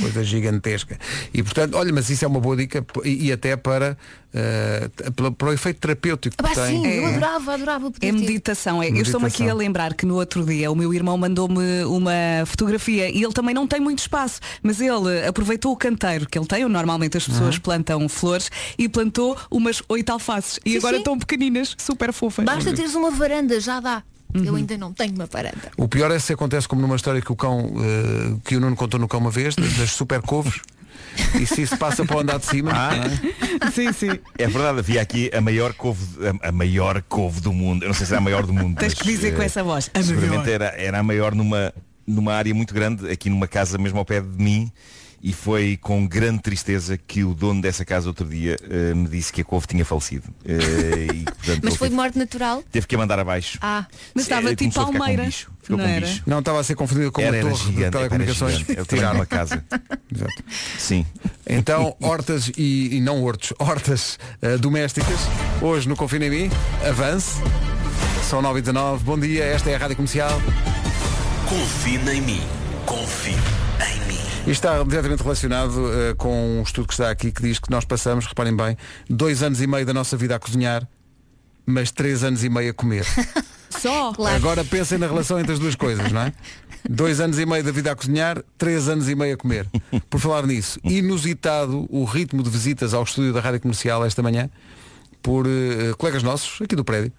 Coisa gigantesca. E portanto, olha, mas isso é uma boa dica p- e, e até para, eh, t- pela- para o efeito terapêutico
Ah,
que tem.
sim, eu
não é?
adorava, adorava poder
É
ter.
meditação, é. Eu estou-me aqui a
Meditação.
lembrar que no outro dia o meu irmão mandou-me uma fotografia e ele também não tem muito espaço, mas ele aproveitou o canteiro que ele tem, onde normalmente as
Ah.
pessoas plantam flores, e plantou umas oito alfaces. E
Sim,
agora
sim.
estão pequeninas, super fofas.
Basta teres uma varanda, já dá.
Uhum.
Eu ainda não tenho uma varanda.
O pior é se acontece como numa história que o cão eh, que o Nuno contou no cão uma vez, das das super couves, e se isso passa para o andar de cima.
Ah,
não é?
Sim, sim.
É verdade, havia aqui a maior couve, a, a maior couve do mundo. Eu não sei se era a maior do mundo.
Tens
mas,
que dizer com
eh,
essa voz. A maior.
Seguramente era, era a maior numa, numa área muito grande, aqui numa casa mesmo ao pé de mim. E foi com grande tristeza que o dono dessa casa outro dia eh, me disse que a couve tinha falecido. Eh, e, portanto, ele
Mas foi de
teve,
morte natural?
teve que a mandar abaixo.
Ah,
mas estava
Eh,
tipo
começou a ficar com
Almeida.
bicho. Ficou
não
com
era?
bicho.
Não, estava a ser confundida com
Era,
uma
era
torre
gigante,
de
era
telecomunicações.
gigante. Eu
Tiraram.
tenho uma casa.
Exato.
Sim.
Então, hortas e, e não hortos, hortas eh, domésticas, hoje no Confina em Mim, avance. São 9 e 19 bom dia, esta é a Rádio Comercial.
Confina em mim. Confie em mim.
E está diretamente relacionado eh, com um estudo que está aqui que diz que nós passamos, reparem bem, dois anos e meio da nossa vida a cozinhar, mas três anos e meio a comer.
Só.
Agora pensem na relação entre as duas coisas, não é? Dois anos e meio da vida a cozinhar, três anos e meio a comer. Por falar nisso, inusitado o ritmo de visitas ao estúdio da Rádio Comercial esta manhã por eh, colegas nossos, aqui do prédio,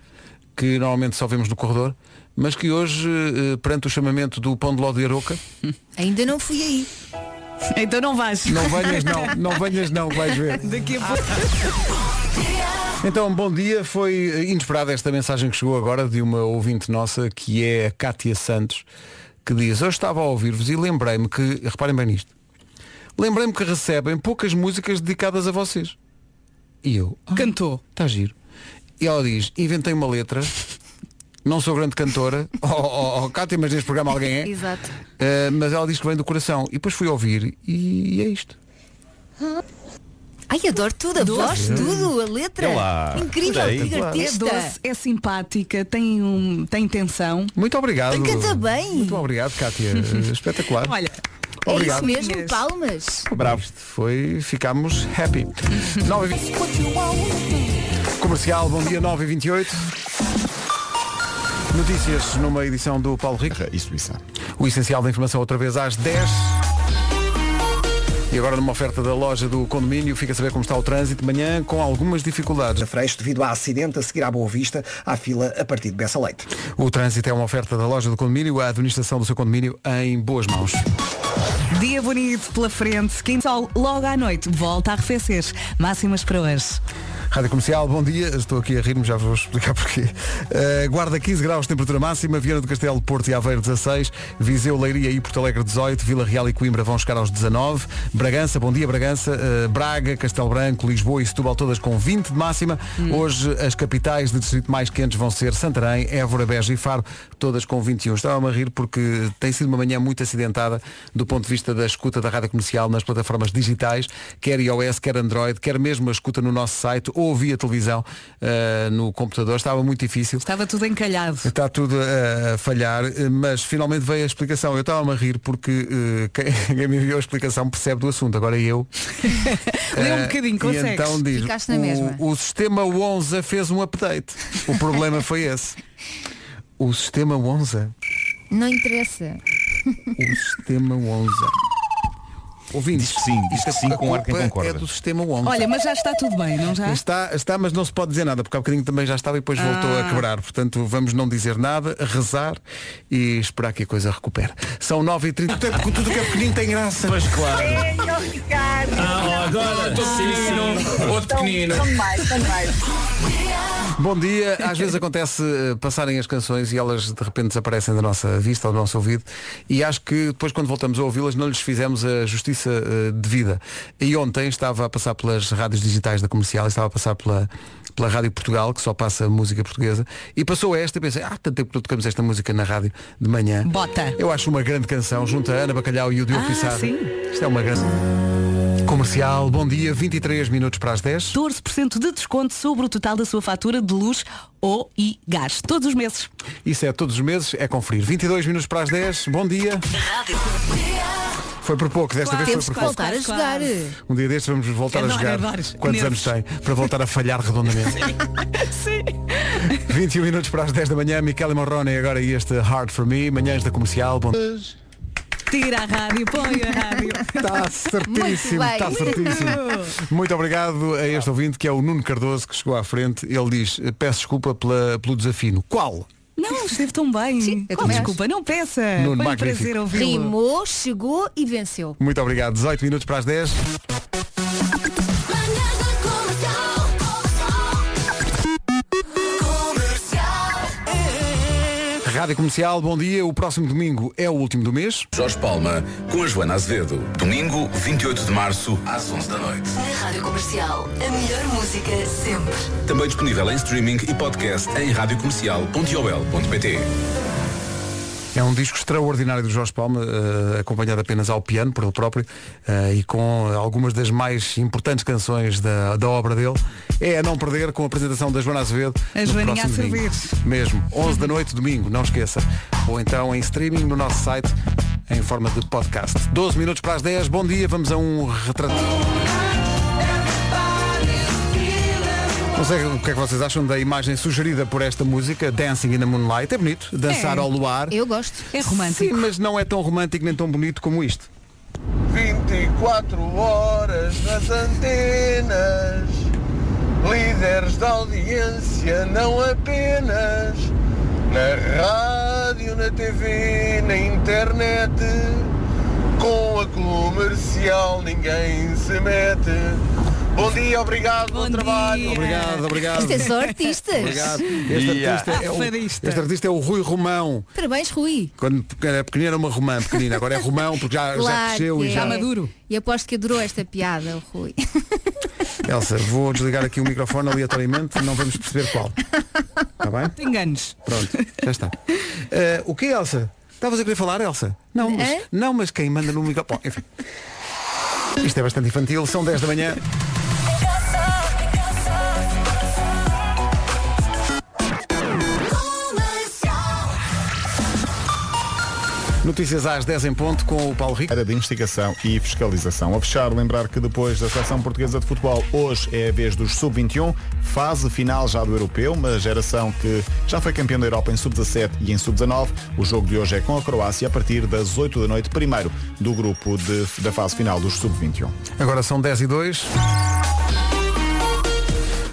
que normalmente só vemos no corredor, mas que hoje, eh, perante o chamamento do Pão de Ló de Aroca,
Ainda não fui aí.
Então não vais.
não venhas não, não venhas não, vais ver.
Daqui a pouco.
Então, bom dia. Foi eh, inesperada esta mensagem que chegou agora de uma ouvinte nossa, que é a Cátia Santos, que diz, eu estava a ouvir-vos e lembrei-me que, reparem bem nisto, lembrei-me que recebem poucas músicas dedicadas a vocês. E eu,
Cantou.
está giro. E ela diz, inventei uma letra, não sou grande cantora, oh, oh, oh, Cátia, mas neste programa alguém é.
Exato.
Eh, mas ela diz que vem do coração. E depois fui ouvir e é isto.
Ai, adoro tudo, a voz, tudo, a letra.
É lá.
Incrível,
Olha aí.
que
É
artista.
doce, é simpática, tem, um, tem intenção.
Muito obrigado.
Canta bem.
Muito obrigado, Cátia. Eh, Espetacular.
Olha,
Obrigado.
É isso mesmo, palmas.
Bravo. Isto foi, ficámos happy. 9 e 20. Comercial, bom dia 9 e 28. Notícias numa edição do Paulo Rico.
Isso, isso.
O essencial da informação outra vez às 10. E agora numa oferta da loja do condomínio, fica a saber como está o trânsito de manhã com algumas dificuldades.
Freixo, devido a acidente a seguir à Boa Vista, à fila a partir de Bessa Leite.
O trânsito é uma oferta da loja do condomínio, a administração do seu condomínio em boas mãos.
Dia bonito pela frente, quem sol logo à noite, volta a arrefecer. Máximas para hoje.
Rádio Comercial, bom dia. Estou aqui a rir-me, já vou explicar porquê. Uh, Guarda 15 graus, de temperatura máxima. Viana do Castelo, Porto e Aveiro 16. Viseu, Leiria e Porto Alegre 18. Vila Real e Coimbra vão chegar aos 19. Bragança, bom dia Bragança. Uh, Braga, Castelo Branco, Lisboa e Setúbal todas com 20 de máxima. Hoje as capitais de distrito mais quentes vão ser Santarém, Évora, Beja e Faro, todas com 21. Estava-me a rir porque tem sido uma manhã muito acidentada do ponto de vista da escuta da Rádio Comercial nas plataformas digitais, quer iOS, quer Android, quer mesmo a escuta no nosso site ou ouvi a televisão eh, no computador, estava muito difícil.
Estava tudo encalhado.
Está tudo eh, a falhar, eh, mas finalmente veio a explicação. Eu estava-me a rir porque eh, quem, quem me enviou a explicação percebe do assunto, agora eu.
Lê um
Eh,
bocadinho,
e
consegues.
então diz,
Ficaste na
o,
mesma.
o sistema Onza fez um update. O problema foi esse. O sistema Onza.
Não interessa.
O sistema Onza. Ouvintes, diz sim, diz sim
com ar quem concorda.
É do sistema Onza.
Olha, mas já está tudo bem, não já?
Está, está, mas não se pode dizer nada, porque há bocadinho também já estava e depois voltou
Ah.
a quebrar. Portanto, vamos não dizer nada, rezar e esperar que a coisa recupere. São 9h30, tudo tudo que é pequenino tem graça. Mas claro.
Ah, agora, estou pequenino. Outro pequenino. Também,
Bom dia, às vezes acontece eh, passarem as canções e elas de repente desaparecem da nossa vista ou do nosso ouvido e acho que depois quando voltamos a ouvi-las não lhes fizemos a justiça eh, devida. E ontem estava a passar pelas rádios digitais da comercial, estava a passar pela, pela Rádio Portugal, que só passa música portuguesa, e passou esta e pensei, ah, tanto tempo que não tocamos esta música na rádio de manhã.
Bota.
Eu acho uma grande canção, junto a Ana Bacalhau e o Diogo
Ah,
Pissarro.
sim.
Isto é uma grande. Comercial, bom dia, 23 minutos para as 10.
14% de desconto sobre o total da sua fatura de luz ou e gás. Todos os meses.
Isso é todos os meses, é conferir. 22 minutos para as 10, bom dia. Foi por pouco, desta vez
Temos
foi
que
por pouco.
voltar a jogar.
Um dia destes vamos voltar
Adoro,
a jogar.
adoro.
Quantos anos
Nervos.
tem? Para voltar a falhar redondamente.
Sim.
21 minutos para as 10 da manhã, Michele Morrone agora e este Hard for Me, manhãs da comercial. Bom...
Tira a rádio, põe a rádio.
Está certíssimo, está certíssimo. Muito obrigado a este ouvinte que é o Nuno Cardoso que chegou à frente. Ele diz, peço desculpa pela, pelo desafino. Qual?
Não, esteve tão bem. Qual
também
desculpa, não peça.
Nuno,
Foi um
magnífico.
prazer ouvi-lo.
Rimou, chegou e venceu.
Muito obrigado. 18 minutos para as 10. Rádio Comercial, bom dia. O próximo domingo é o último do mês.
Jorge Palma com a Joana Azevedo. Domingo, 28 de março, às 11 da noite.
A Rádio Comercial, a melhor música sempre.
Também disponível em streaming e podcast em radiocomercial.ol.pt.
É um disco extraordinário do Jorge Palma, eh, acompanhado apenas ao piano por ele próprio eh, e com algumas das mais importantes canções da, da obra dele. É a não perder com a apresentação da Joana Azevedo.
A
no
Joaninha
próximo
a servir.
domingo. Mesmo, 11 da noite, domingo, não esqueça. Ou então em streaming no nosso site em forma de podcast. 12 minutos para as 10, bom dia, vamos a um retrato. Não sei o que é que vocês acham da imagem sugerida por esta música, Dancing in the Moonlight. É bonito, dançar
É.
ao luar.
Eu gosto.
É
Sim, mas não é tão romântico nem tão bonito como isto.
24 horas nas antenas, líderes da audiência, não apenas na rádio, na TV, na internet. Com a comercial ninguém se mete. Bom dia, obrigado, bom, trabalho.
Obrigado, obrigado.
Isto é só Ah, artistas.
Obrigado. Este,
Dia.
artista é o,
Afadista.
este artista é o Rui Romão.
Parabéns, Rui.
Quando era pequenino era uma romã pequenina, agora é Romão porque já, já cresceu
que
e já.
é. E aposto que adorou esta piada, o Rui.
Elsa, vou desligar aqui o microfone aleatoriamente, não vamos perceber qual. Está bem?
Te enganes.
Pronto, já está. Eh, o que, Elsa? Estavas a querer falar, Elsa? Não, mas,
Hã?
não, mas quem manda no microfone. Enfim. Isto é bastante infantil, são 10 da manhã. Notícias às 10 em ponto com o Paulo Rico.
Era de investigação e fiscalização. A fechar, lembrar que depois da seleção portuguesa de futebol, hoje é a vez dos sub-21, fase final já do europeu, uma geração que já foi campeã da Europa em sub-17 e em sub-19. O jogo de hoje é com a Croácia a partir das 8 da noite, primeiro do grupo de- da fase final dos sub-21.
Agora são 10 e 2.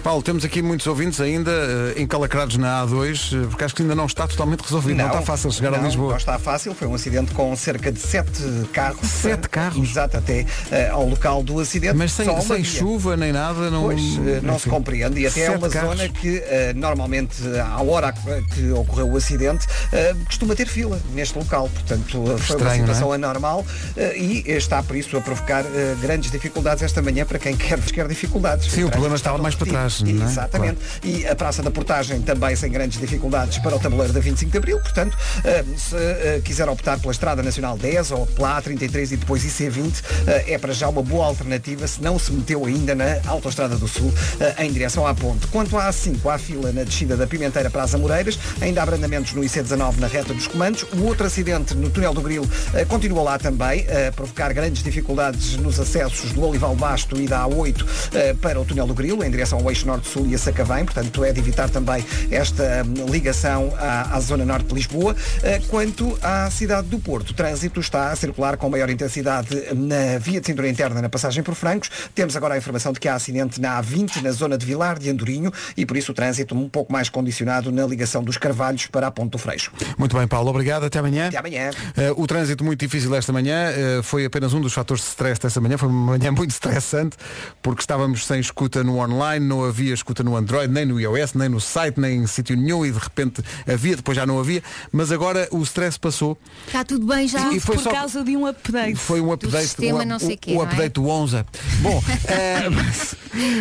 Paulo, temos aqui muitos ouvintes ainda eh, encalacrados na A2, eh, porque acho que ainda não está totalmente resolvido. Não, está fácil chegar a
não,
Lisboa.
Não está fácil, foi um acidente com cerca de sete carros. Sete
carros?
Exato, até eh, ao local do acidente.
Mas sem,
só uma
sem
via.
chuva nem nada, não,
Pois, eh, não se
enfim.
compreende e até é
Sete
uma
carros.
zona que eh, normalmente à hora que ocorreu o acidente eh, costuma ter fila neste local, portanto eh, foi uma
Estranho,
situação
não é?
anormal eh, e está por isso a provocar eh, grandes dificuldades esta manhã para quem quer quer dificuldades.
Sim, o problema estava mais para trás. Portagem, não é?
Exatamente. E a Praça da Portagem também sem grandes dificuldades para o tabuleiro da 25 de Abril. Portanto, eh, se eh, quiser optar pela Estrada Nacional 10 ou pela A33 e depois IC20, eh, é para já uma boa alternativa se não se meteu ainda na Autostrada do Sul eh, em direção à ponte. Quanto à A5, há fila na descida da Pimenteira para as Amoreiras, ainda há abrandamentos no IC19 na reta dos comandos. O outro acidente no túnel do Grilo eh, continua lá também, eh, a provocar grandes dificuldades nos acessos do Olival Basto e da A8 eh, para o túnel do Grilo, em direção ao eixo norte-sul e a Sacavém, portanto é de evitar também esta hum, ligação à, à zona norte de Lisboa. Eh, Quanto à cidade do Porto, o trânsito está a circular com maior intensidade na via de cintura interna na passagem por Francos. Temos agora a informação de que há acidente na A20, na zona de Vilar de Andorinho, e por isso o trânsito um pouco mais condicionado na ligação dos Carvalhos para a Ponte do Freixo.
Muito bem, Paulo, obrigado. Até amanhã. Até
amanhã.
Eh, o trânsito muito difícil esta manhã eh, foi apenas um dos fatores de stress desta manhã. Foi uma manhã muito estressante porque estávamos sem escuta no online, não havia escuta no Android, nem no iOS, nem no site, nem em sítio nenhum e de repente havia, depois já não havia. Mas agora o stress passou.
Está tudo bem já?
E foi Por só-
causa
de um update.
Foi um update,
Do sistema
um,
não sei
o-
quê,
o
não é?
update do 11. Bom, eh, mas,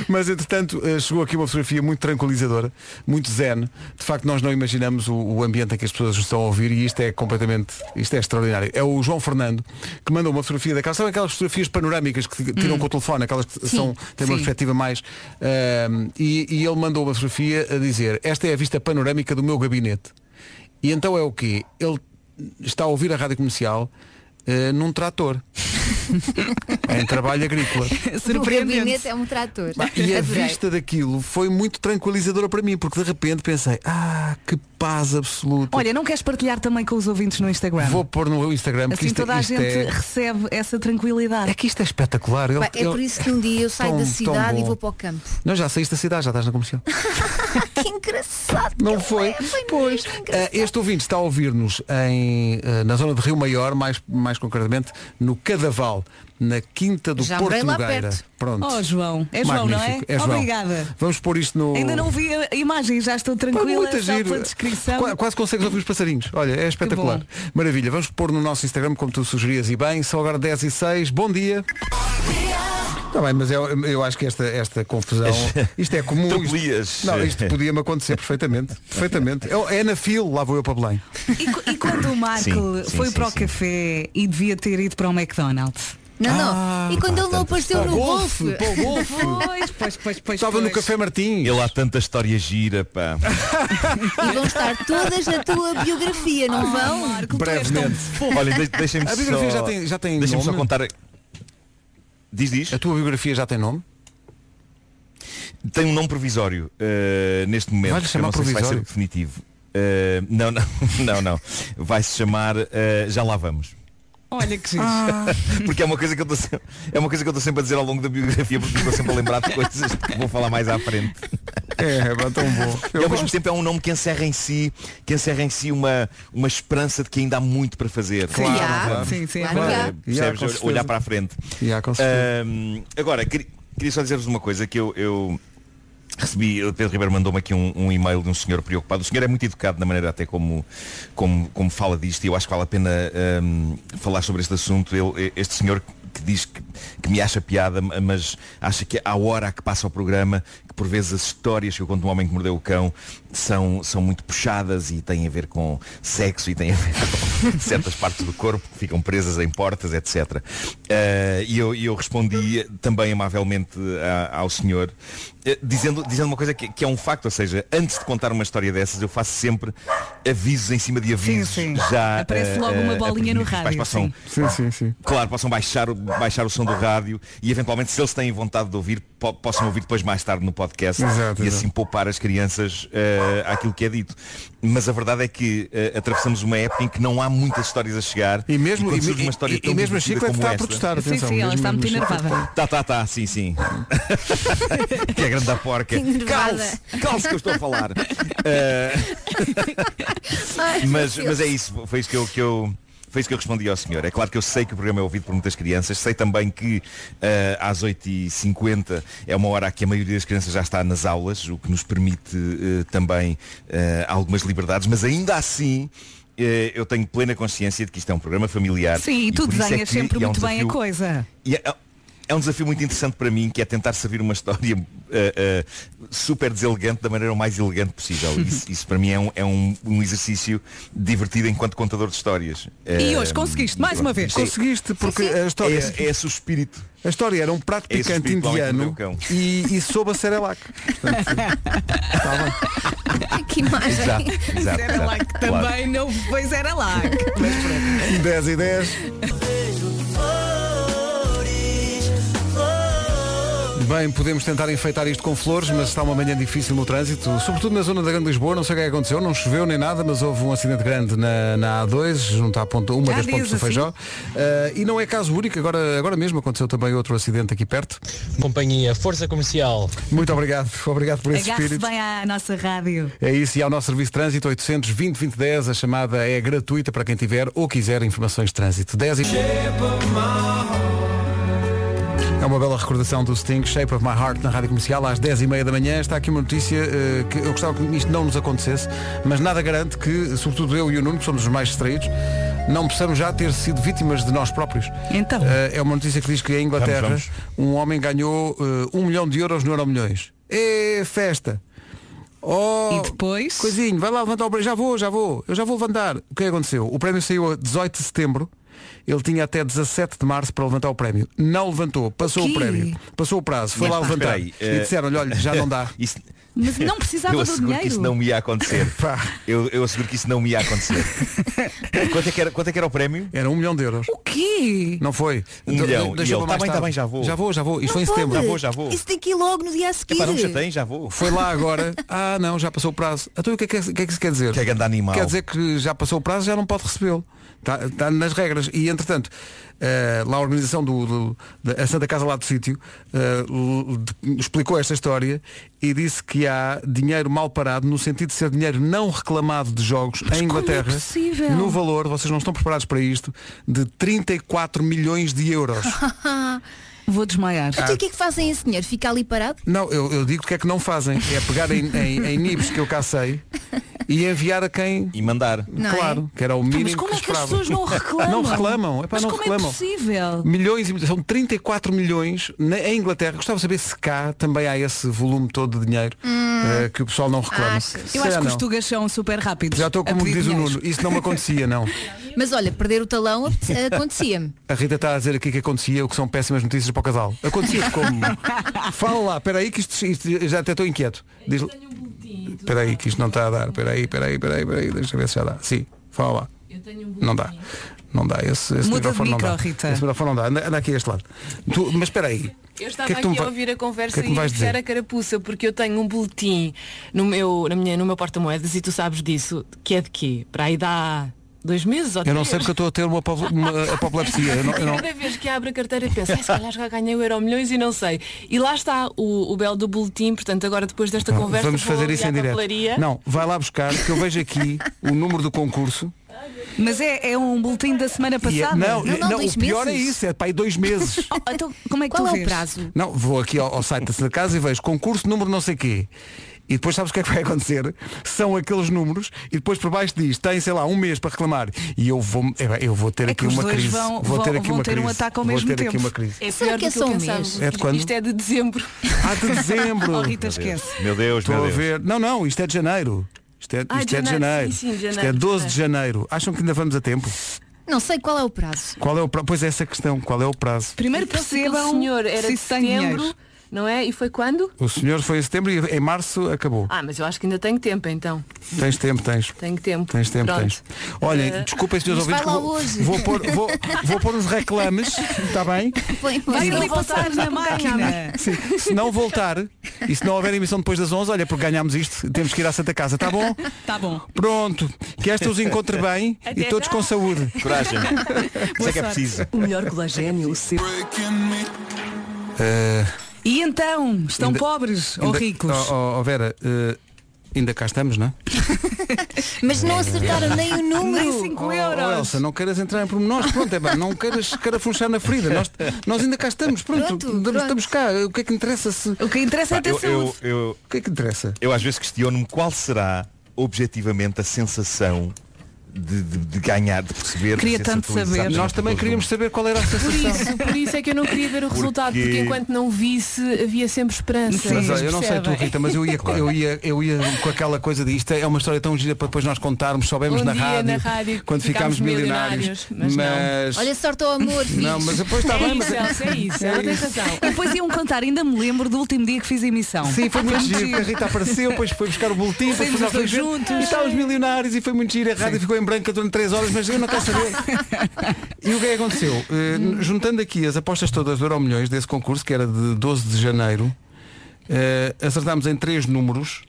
mas, entretanto eh, chegou aqui uma fotografia muito tranquilizadora, muito zen. De facto nós não imaginamos o, o ambiente em que as pessoas estão a ouvir e isto é completamente, isto é extraordinário. É o João Fernando que mandou uma fotografia daquelas, são aquelas fotografias panorâmicas que ti- tiram
Hum.
com o telefone, aquelas que
Sim,
são, têm uma
sim.
perspectiva mais. ehm, e, e ele mandou uma fotografia a dizer, esta é a vista panorâmica do meu gabinete. E então é o quê? Ele está a ouvir a rádio comercial eh, num trator. em trabalho agrícola.
O gabinete é um trator.
E a
Adorei.
vista daquilo foi muito tranquilizadora para mim, porque de repente pensei, ah, que paz absoluta.
Olha, não queres partilhar também com os ouvintes no Instagram?
Vou pôr no Instagram, porque
Assim
isto,
toda a
isto
gente
é
recebe essa tranquilidade. É
que isto é espetacular. Ele-
Pá, é por
ele-
isso que um dia eu saio
Tão-
da
tão
cidade e
bom.
vou para o campo. Ah,
Não, já saíste da cidade, já estás na comercial.
que engraçado.
Não foi?
pois.
Ah, este ouvinte está a ouvir-nos em, ah, na zona de Rio Maior, mais, mais concretamente no Cadaval, na Quinta do
Já morei
Porto
lá
Nogueira.
perto.
Pronto.
Oh, João. É João, não é?
Magnífico. João.
Obrigada.
Vamos pôr isto no.
Ainda não vi a imagem, já estou
Pá,
tranquila
muito
só
giro.
pela descrição.
Qua- Quase consegues ouvir os passarinhos. Olha, é espetacular.
bom.
Maravilha. Vamos pôr no nosso Instagram, como tu sugerias e bem. São agora 10 e 6. Bom dia. Está bem, mas eu, eu acho que esta, esta confusão. Isto é comum. isto-
Tropelias.
não, isto podia-me acontecer perfeitamente. Perfeitamente. Eu- É na fila, lá vou eu para Belém.
E, co- e quando o Marco
Sim, sim,
foi
sim,
para o
sim.
café e devia ter ido para o McDonald's?
Não, não.
Ah,
e quando ele não apareceu
para
no
o
golfe?
golfe, para o golfe.
Pois, pois, pois, pois.
Estava
pois.
no Café
Martins.
Ele há tanta história gira, pá.
E vão estar todas na tua biografia,
Ah,
não vão? Marco,
Brevemente. Olha, de- deixem-me
A biografia
só...
já tem, já tem
Deixem-me
nome.
só contar... Diz, diz.
A tua biografia já tem nome?
Tem um nome provisório eh, neste momento.
Vai-lhe
que eu
chamar
não sei se vai ser
provisório?
definitivo. Eh, não, não, não, não. Vai-se chamar eh, Já Lá Vamos.
Olha que giro.
porque é uma coisa que eu estou sempre, é uma coisa que eu estou sempre a dizer ao longo da biografia porque estou sempre a lembrar de coisas de que vou falar mais à frente
é, tão bom
e ao mesmo tempo é um nome que encerra em si que encerra em si uma uma esperança de que ainda há muito para fazer
Sim, Claro, há. claro.
Sim, sim, é
Eh,
verdade.
percebes?
E há, com
olhar
certeza.
para a frente
E há, com
Eh,
certeza.
Ahm, agora queria, queria só dizer-vos uma coisa que eu, eu recebi o Pedro Ribeiro mandou-me aqui um, um e-mail de um senhor preocupado o senhor é muito educado na maneira até como como, como fala disto e eu acho que vale a pena ahm, falar sobre este assunto Ele- este senhor que diz que, que me acha piada mas acha que é à hora que passa o programa que por vezes as histórias que eu conto do homem que mordeu o cão são, são muito puxadas e têm a ver com sexo e têm a ver com certas partes do corpo que ficam presas em portas, etc. Eh, e eu, e eu respondi também amavelmente a- ao senhor, eh, dizendo, dizendo uma coisa que, que é um facto, ou seja, antes de contar uma história dessas, eu faço sempre avisos em cima de avisos.
sim.
Já,
Aparece
eh,
logo
eh,
uma
a
bolinha
prevenir que
no
os pais
rádio,
possam-
Sim,
sim.
sim, sim.
Claro, possam baixar, o- baixar o som do rádio e eventualmente se eles têm vontade de ouvir, po- possam ouvir depois mais tarde no podcast
Exato,
e
exato.
assim poupar as crianças eh, àquilo que é dito. Mas a verdade é que eh, atravessamos uma época em que não há muitas histórias a chegar.
E mesmo-
quando
e-
surge
e-
uma história
e-
tão
e mesmo a
divertida
Chiclete
como
está a
esta-
protestar, Sim, atenção,
sim, ela mesmo- está muito mesmo a Chiclete. enervada.
Tá, tá, tá, sim, sim. que é grande da porca. Calce, calce que eu estou a falar. Eh, mas, mas é isso, foi isso que eu, que eu foi isso que eu respondi ao senhor. É claro que eu sei que o programa é ouvido por muitas crianças, sei também que eh, às 8h50 é uma hora a que a maioria das crianças já está nas aulas, o que nos permite eh, também eh, algumas liberdades, mas ainda assim eh, eu tenho plena consciência de que isto é um programa familiar.
Sim, e tu
por isso é
desenhas
que-
sempre
e é um
muito bem a
desafio-
coisa.
e é, é é um desafio muito interessante para mim, que é tentar servir uma história eh, eh, super deselegante da maneira o mais elegante possível. Isso, isso para mim é, um, é um, um exercício divertido enquanto contador de histórias.
E
Eh,
hoje conseguiste, mais uma vez.
Sim.
Conseguiste, porque a história.
É esse- é esse o espírito.
A história era um prato
É esse o
picante
espírito do Homem que
indiano
Mordeu o Cão.
e, e soube a Cerelac. Tá
que imagem.
Exato, exato,
Era
exato.
lá que
Claro.
também não. Pois era lá.
10 e 10. Bem, podemos tentar enfeitar isto com flores, mas está uma manhã difícil no trânsito, sobretudo na zona da Grande Lisboa, não sei o que é que aconteceu, não choveu nem nada, mas houve um acidente grande na, na A2, junto à ponta, uma
Ah,
das pontes
diz
do
assim?
Feijó, Eh, e não é caso único, agora, agora mesmo aconteceu também outro acidente aqui perto.
Companhia Força Comercial.
Muito obrigado, obrigado por esse
Agarre-se
espírito.
bem à nossa rádio.
É isso, e ao nosso serviço de trânsito 820 2010, a chamada é gratuita para quem tiver ou quiser informações de trânsito. 10 e... É uma bela recordação do Sting, Shape of My Heart, na Rádio Comercial, às 10h30 da manhã. Está aqui uma notícia eh, que eu gostava que isto não nos acontecesse, mas nada garante que, sobretudo eu e o Nuno, que somos os mais distraídos, não possamos já ter sido vítimas de nós próprios.
Então.
Eh, é uma notícia que diz que em Inglaterra
Vamos,
um homem ganhou eh, um milhão de euros no Euromilhões. É festa! Oh, e
depois?
Coisinho, vai lá levantar o prémio. Já vou, já vou. Eu já vou levantar. O que é que aconteceu? O prémio saiu a 18 de setembro. Ele tinha até 17 de março para levantar o prémio. Não levantou. Passou o,
quê?
prémio. Passou o prazo. Foi lá
Epá.
levantar.
Espera aí,
e
eh,
disseram-lhe, olha, já não dá.
Isso-
Mas não precisava
eu
do
asseguro
dinheiro.
que isso não me ia acontecer. eu, eu asseguro que isso não me ia acontecer. quanto, é que era, quanto é que era o prémio?
Era um milhão de euros.
O quê?
Não foi?
Um
Então,
milhão.
deixou
E ele, "Tá bem,
para mais
tá
tarde."
bem, já vou.
Já vou, já vou. Isto
Não
foi em
pode.
setembro.
Isso tem que ir logo no dia a seguir.
Epá, não me chateiem, já vou.
Foi lá agora. Ah, não, já passou o prazo. Então o que é que, o que, é que isso quer dizer?
Que é grande animal.
Quer dizer que já passou o prazo já não pode recebê-lo. Está, está nas regras. E entretanto, eh, lá a organização do, do- da a Santa Casa lá do Sítio eh, l- de- explicou esta história e disse que há dinheiro mal parado no sentido de ser dinheiro não reclamado de jogos em Inglaterra
possível?
no valor, vocês não estão preparados para isto, de 34 milhões de euros.
Vou desmaiar.
Ah,
Tipo,
Então o que é que fazem esse dinheiro? Fica ali parado?
Não, eu, eu digo que é que não fazem. É pegar em, em, em nibs que eu cacei e enviar a quem.
E mandar.
Não é?
claro, que era o mínimo
Mas como
que
é que as
esperava.
pessoas não reclamam?
Não reclamam. Epá,
Mas
não
como
reclamam.
é possível?
Milhões e milhões, são 34 milhões na, em Inglaterra. Gostava de saber se cá também há esse volume todo de dinheiro
Hum.
eh, que o pessoal não reclama. Se
Eu acho
calhar
que
não.
os tugas são super rápidos.
Já estou,
a
como
pedir
diz o
dinheiro.
Nuno, isso não me acontecia, não.
Mas olha, perder o talão apete- acontecia-me.
A Rita está a dizer aqui que acontecia o que são péssimas notícias para o casal. Acontecia como? Fala lá, espera aí que isto, isto- já até estou inquieto. Diz...
um
Espera aí que isto não está a dar. Espera aí, espera aí, espera aí, espera aí. Deixa eu ver se já dá. Sim, fala lá.
um
Não dá. Não dá. Esse, esse
Muda de
microfone
micro,
não dá.
Rita.
Esse microfone não dá. Anda, anda aqui a este lado. Tu- mas espera aí.
Eu
O
estava
que é que tu me
aqui a
vai-
ouvir a
o que
conversa
é que me
e a
vais dizer?
puxar a carapuça porque eu tenho um boletim no meu, na minha, no meu porta-moedas e tu sabes disso, que é de quê? Para aí dá dois meses ou
Eu não
três?
sei porque eu estou a ter uma, apo- uma apoplexia. Eu não, eu não-
Cada vez que abre a carteira pensa, "Ai, se calhar já ganhei o euro milhões e não sei. E lá está o, o belo do boletim, portanto agora depois desta conversa
Vamos
vou
fazer isso
ali
em
à
direto.
papelaria.
Não, vai lá buscar, que eu vejo aqui o número do concurso.
Mas é, é um boletim da
E
semana
é-
passada.
não, não, o pior é isso, é para aí dois meses.
Oh, então, como é que
Qual
tu
é o
vês?
prazo?
Não, vou aqui ao, ao site da Santa Casa e vejo concurso número não sei quê. E depois sabes o que é que vai acontecer? São aqueles números e depois por baixo diz, tem, sei lá, um mês para reclamar. E eu vou, é bem, eu vou ter
É
aqui
que os
uma
dois
crise.
vão-
vou ter
vão-
aqui
vão
uma
ter um
crise.
ataque ao
vou
mesmo
ter aqui
tempo.
uma crise.
É
Será
pior
que é
do
só
eu
um
pensava.
mês?
É de quando?
Isto é de dezembro.
Ah, de dezembro.
Oh, Rita, esquece.
Meu Deus,
Estou
meu
a
Deus.
ver. Não, não, isto é de janeiro. Isto é,
Ah,
isto é de
janeiro,
janeiro.
sim, sim, janeiro,
Isto é 12 de janeiro. Acham que ainda vamos a tempo?
Não sei qual é o prazo.
Qual é o prazo? Pois é essa questão, qual é o prazo?
Primeiro
Então, se aquele
percebam
senhor era
se
de
tem dinheiro.
setembro, não é? E foi quando?
O senhor foi em setembro e em março acabou.
Ah, mas eu acho que ainda tenho tempo então.
Tens tempo, tens.
Tenho tempo.
Tens tempo,
Pronto.
tens. Olhem,
Eh,
desculpem, senhores
mas
ouvintes,
vai lá
que
hoje.
vou, vou, pôr, vou, vou pôr uns reclames, está bem?
um
Vai
Não
ali
voltar
passar na
nunca,
máquina.
Sim. Se não voltar e se não houver emissão depois das 11, olha, porque ganhámos isto, temos que ir à Santa Casa, está bom?
Tá bom.
Pronto, que esta os encontre bem e
Até
todos
já.
com saúde.
Coragem. Isso é que é preciso.
O melhor colagênio, o seu. Eh, E então, estão
Ainda-
pobres ou
Ainda-
ricos?
Oh, oh, Vera, eh, ainda cá estamos, não é?
Mas não acertaram nem o número.
Nem 5 euros.
Oh, Elsa, não queiras entrar em pormenores, pronto, é bem, não queiras carafunchar na ferida. Nós, nós ainda cá estamos, pronto,
Pronto,
estamos,
pronto.
estamos cá. O que é que interessa se.
O que interessa é
Pá,
ter
eu- eu-
saúde.
eu-
O que é que interessa?
Eu às vezes questiono-me qual será objetivamente a sensação de, de- de ganhar, de perceber.
Queria
de ser
tanto
atualizado
saber.
em
Nós também
todo o
queríamos saber qual era a
Por
sensação.
isso, por isso é que eu não queria ver o resultado, porque
Porque
enquanto não visse havia sempre esperança.
mas olha, eu não sei tu,
Percebem?
Rita, mas eu ia, eu, ia, eu ia com aquela coisa de isto é uma história tão gira para depois nós contarmos, soubemos
Um
na,
dia
rádio,
na rádio
quando
ficámos
ficámos milionários.
milionários, mas não.
Olha, sorte ao amor, filhos.
Não, mas depois está
É
bem,
isso,
mas
Elsa, é isso, ela tem razão.
E depois iam contar, ainda me lembro do último dia que fiz a emissão.
Sim, foi muito giro, porque a Rita apareceu, depois foi buscar o boletim, depois
Saímos
fomos à
os dois
frente,
juntos.
E estávamos milionários e foi muito giro. A rádio ficou em branca durante 3 horas, mas eu não quero saber. e o que é que aconteceu? Eh, juntando aqui as apostas todas do Euro Milhões desse concurso, que era de 12 de janeiro, eh, acertámos em três números.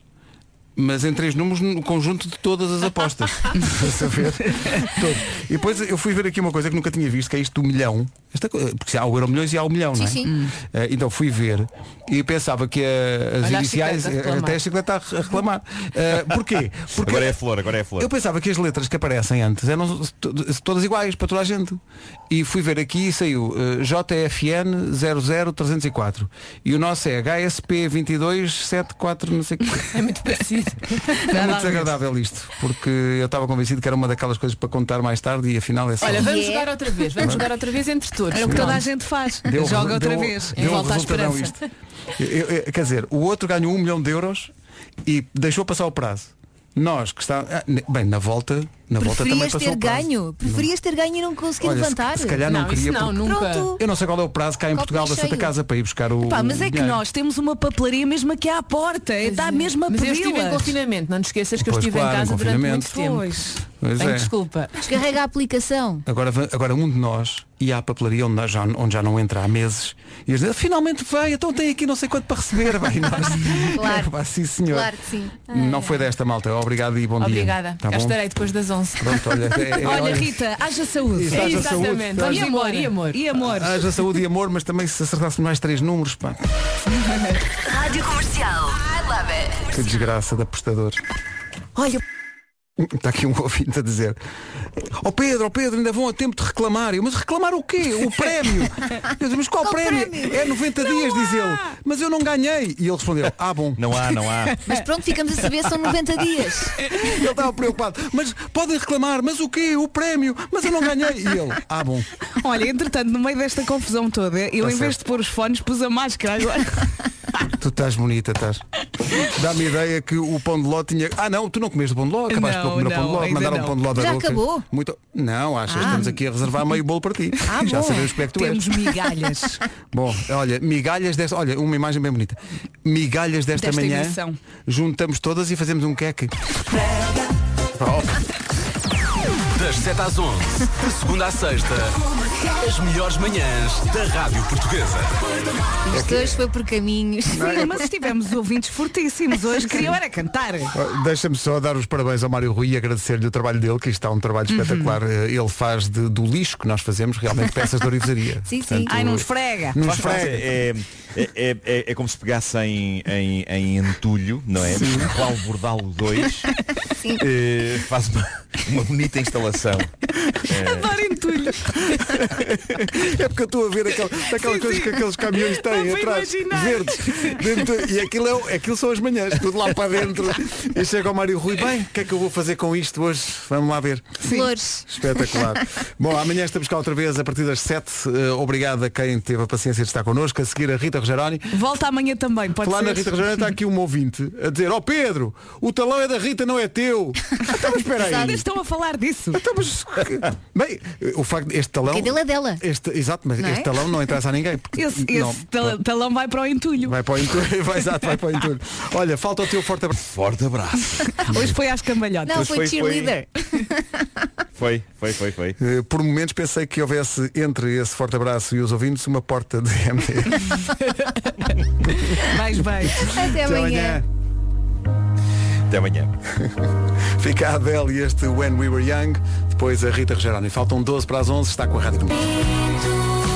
Mas em três números no conjunto de todas as apostas. Para saber. Todo. E depois eu fui ver aqui uma coisa que nunca tinha visto, que é isto do milhão. Esta co- porque há o euro milhões e há o milhão, não é?
Sim, sim.
Eh, então fui ver e pensava que eh, as
Olha a
iniciais,
chicleta a
eh,
reclamar.
até a chicleta a re- a reclamar. Eh, porquê? Porque
Agora é a flor, agora é a flor.
eu pensava que as letras que aparecem antes eram to- todas iguais para toda a gente. E fui ver aqui e saiu eh, JFN 00304. E o nosso é HSP 22749 não sei o quê.
É muito parecido.
É muito desagradável isto, porque eu estava convencido que era uma daquelas coisas para contar mais tarde e afinal é só.
Olha, vamos jogar outra vez, vamos jogar outra vez entre todos.
É
Era o que toda a
gente faz.
Deu-
Joga outra
deu-
vez. É
deu um resultadão Eu- eu- eu- quer dizer, o outro ganhou um milhão de euros e deixou passar o prazo. Nós que está. ah, ne- Bem, na volta, na volta também
Preferias
passou
ter
o prazo.
ganho? Preferias ter ganho e não conseguir
Olha, se-
levantar?
se, calhar não, queria. porque-
Pronto.
Eu não sei qual é o prazo cá em
Copo
Portugal da
cheio.
Santa Casa para ir buscar o.
Pá, mas é que
dinheiro.
nós temos uma papelaria mesmo aqui à porta. É, dá mesmo a
Mas eu
pedi-las.
estive em confinamento, não te esqueças que eu
Pois,
estive
claro,
em
em
casa durante muito
confinamento.
tempo.
Pois. Pois
Tenho
é.
desculpa.
Descarrega a aplicação.
Agora, va- agora um de nós ia à papelaria onde nós já, onde já não entra há meses e eles dizem, finalmente veio, então tem aqui não sei quanto para receber. Bem, nós.
Claro.
Pá, sim, senhor.
Claro que sim.
Não foi desta malta. Obrigado e bom dia.
Obrigada.
Tá
Cá
bom?
estarei depois das 11.
Pronto, olha, é- é-
Olha,
olha-
Rita, haja saúde.
Isso, haja saúde. Ah. Exatamente.
Vamos
E
embora.
amor, e amor.
E amor.
Haja saúde e amor, mas também se acertasse mais três números, pá.
Rádio Comercial. I love it.
Que desgraça de apostador.
Olha,
Está aqui um ouvinte a dizer Ó Pedro, ó Pedro, ainda vão a tempo de reclamar Eu, Mas reclamar o quê? O prémio Eu digo, Mas qual,
Qual
prémio?
prémio?
É 90 dias, diz ele Mas eu não ganhei E ele respondeu, ah bom
Não há, não há
Mas pronto, ficamos a saber, são 90 dias.
Ele estava preocupado Mas podem reclamar, mas o quê? O prémio Mas eu não ganhei E ele, ah bom
Olha, entretanto, no meio desta confusão toda, eu
Tá
em vez de pôr os fones, pus a máscara agora.
Tu estás bonita, estás Dá-me a ideia que o pão de ló tinha Ah não, tu não comeste pão de ló Acabaste
Não,
de comer o pão
não,
de ló
ainda
Mandaram
não.
pão de ló da
Já
boca.
acabou?
Muito... Não, achas,
Ah.
estamos aqui a reservar meio bolo para ti
Ah,
Já
bom.
sabemos como é que tu
Temos
és
migalhas.
Bom, olha, migalhas desta. Olha, uma imagem bem bonita. Migalhas desta,
Desta
manhã.
emissão.
Juntamos todas e fazemos um queque. Oh,
Das 7 às 11, de segunda à sexta, as melhores manhãs da Rádio Portuguesa.
É
Isto hoje foi por caminhos.
Sim, mas tivemos ouvintes fortíssimos hoje, queriam era cantar.
Ah, Deixa-me só dar os parabéns ao Mário Rui e agradecer-lhe o trabalho dele, que isto está um trabalho
Uhum.
espetacular. Eh, Ele faz de- do lixo que nós fazemos realmente peças de orivesaria. Portanto,
Ai, não esfrega.
Não
Faz parte,
esfrega.
É, é, é, é- é como se pegasse em, em, em entulho, não é?
Sim.
Qual Bordal 2
Sim.
eh, faz uma, uma bonita instalação.
Adoro entulho.
É porque eu estou a ver aquel- aquelas coisas que aqueles caminhões têm
Estava a
atrás,
imaginar.
verdes. dentro- e aquilo, é, o- aquilo são as manhãs, tudo lá para dentro. E chega o Mário Rui, bem, o que é que eu vou fazer com isto hoje? Vamos lá ver.
Flores.
Espetacular. Bom, amanhã estamos cá outra vez a partir das 7. Eh, obrigado a quem teve a paciência de estar connosco. A seguir a Rita Rogeroni.
Volta amanhã também, pode
Falar
ser.
na Rita Rogeroni está aqui um ouvinte a dizer, ó Pedro, o talão é da Rita, não é teu. Então, mas espera
Ainda
aí. Então,
estão a falar disso.
Bem, o facto este talão.
Que é dele é dela.
Este, exato, mas
Não é?
este talão não interessa a ninguém. porque
Esse,
não-
esse tal- talão vai para o entulho.
Vai para o entulho, vai, exato, vai para o entulho. Olha, falta o teu forte abraço.
Forte abraço.
Hoje foi às cambalhotas.
Não, foi Foi, foi. cheerleader. Foi, foi, foi, foi.
Eh, Por momentos pensei que houvesse entre esse forte abraço e os ouvintes uma porta de MT.
Mais bem.
Até amanhã.
Até amanhã.
Fica a Adele e este When We Were Young, depois a Rita Rogeroni. Faltam 12 para as 11, está com a Rádio Comercial.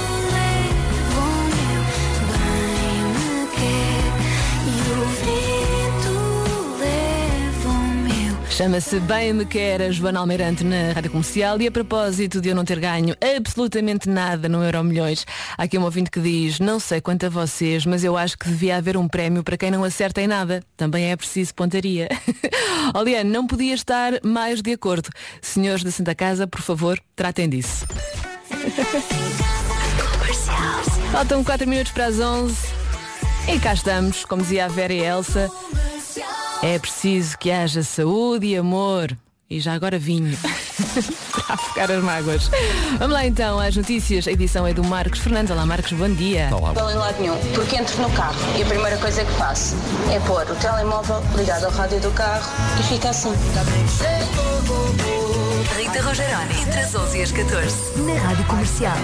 Chama-se Bem Me Quer, a Joana Almeirante na Rádio Comercial. E a propósito de eu não ter ganho absolutamente nada no Euro Milhões, há aqui um ouvinte que diz, não sei quanto a vocês, mas eu acho que devia haver um prémio para quem não acerta em nada. Também é preciso pontaria. Oliane, não podia estar mais de acordo. Senhores da Santa Casa, por favor, tratem disso. Faltam 4 minutos para as 11 e cá estamos, como dizia a Vera e a Elsa. É preciso que haja saúde e amor. E já agora vinho. para afogar as mágoas. Vamos lá então às notícias. A edição é do Marcos Fernandes. Olá Marcos, bom dia.
Não em lado nenhum, porque entro no carro e a primeira coisa que faço é pôr o telemóvel ligado ao rádio do carro e fica assim.
Rita Rogeroni, entre as 11 e as 14.
Na Rádio Comercial.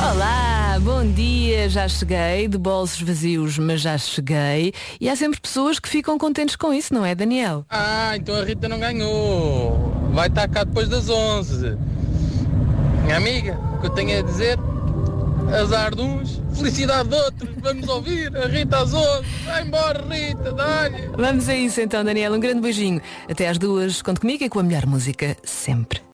Olá, bom dia, já cheguei, de bolsos vazios, mas já cheguei. E há sempre pessoas que ficam contentes com isso, não é, Daniel?
Ah, então a Rita não ganhou. Vai estar cá depois das 11. Minha amiga, o que eu tenho a dizer, azar de uns, felicidade de outros. Vamos ouvir a Rita às 11. Vai embora, Rita, dá-lhe.
Vamos a isso então, Daniel. Um grande beijinho. Até às duas, conte comigo e com a melhor música sempre.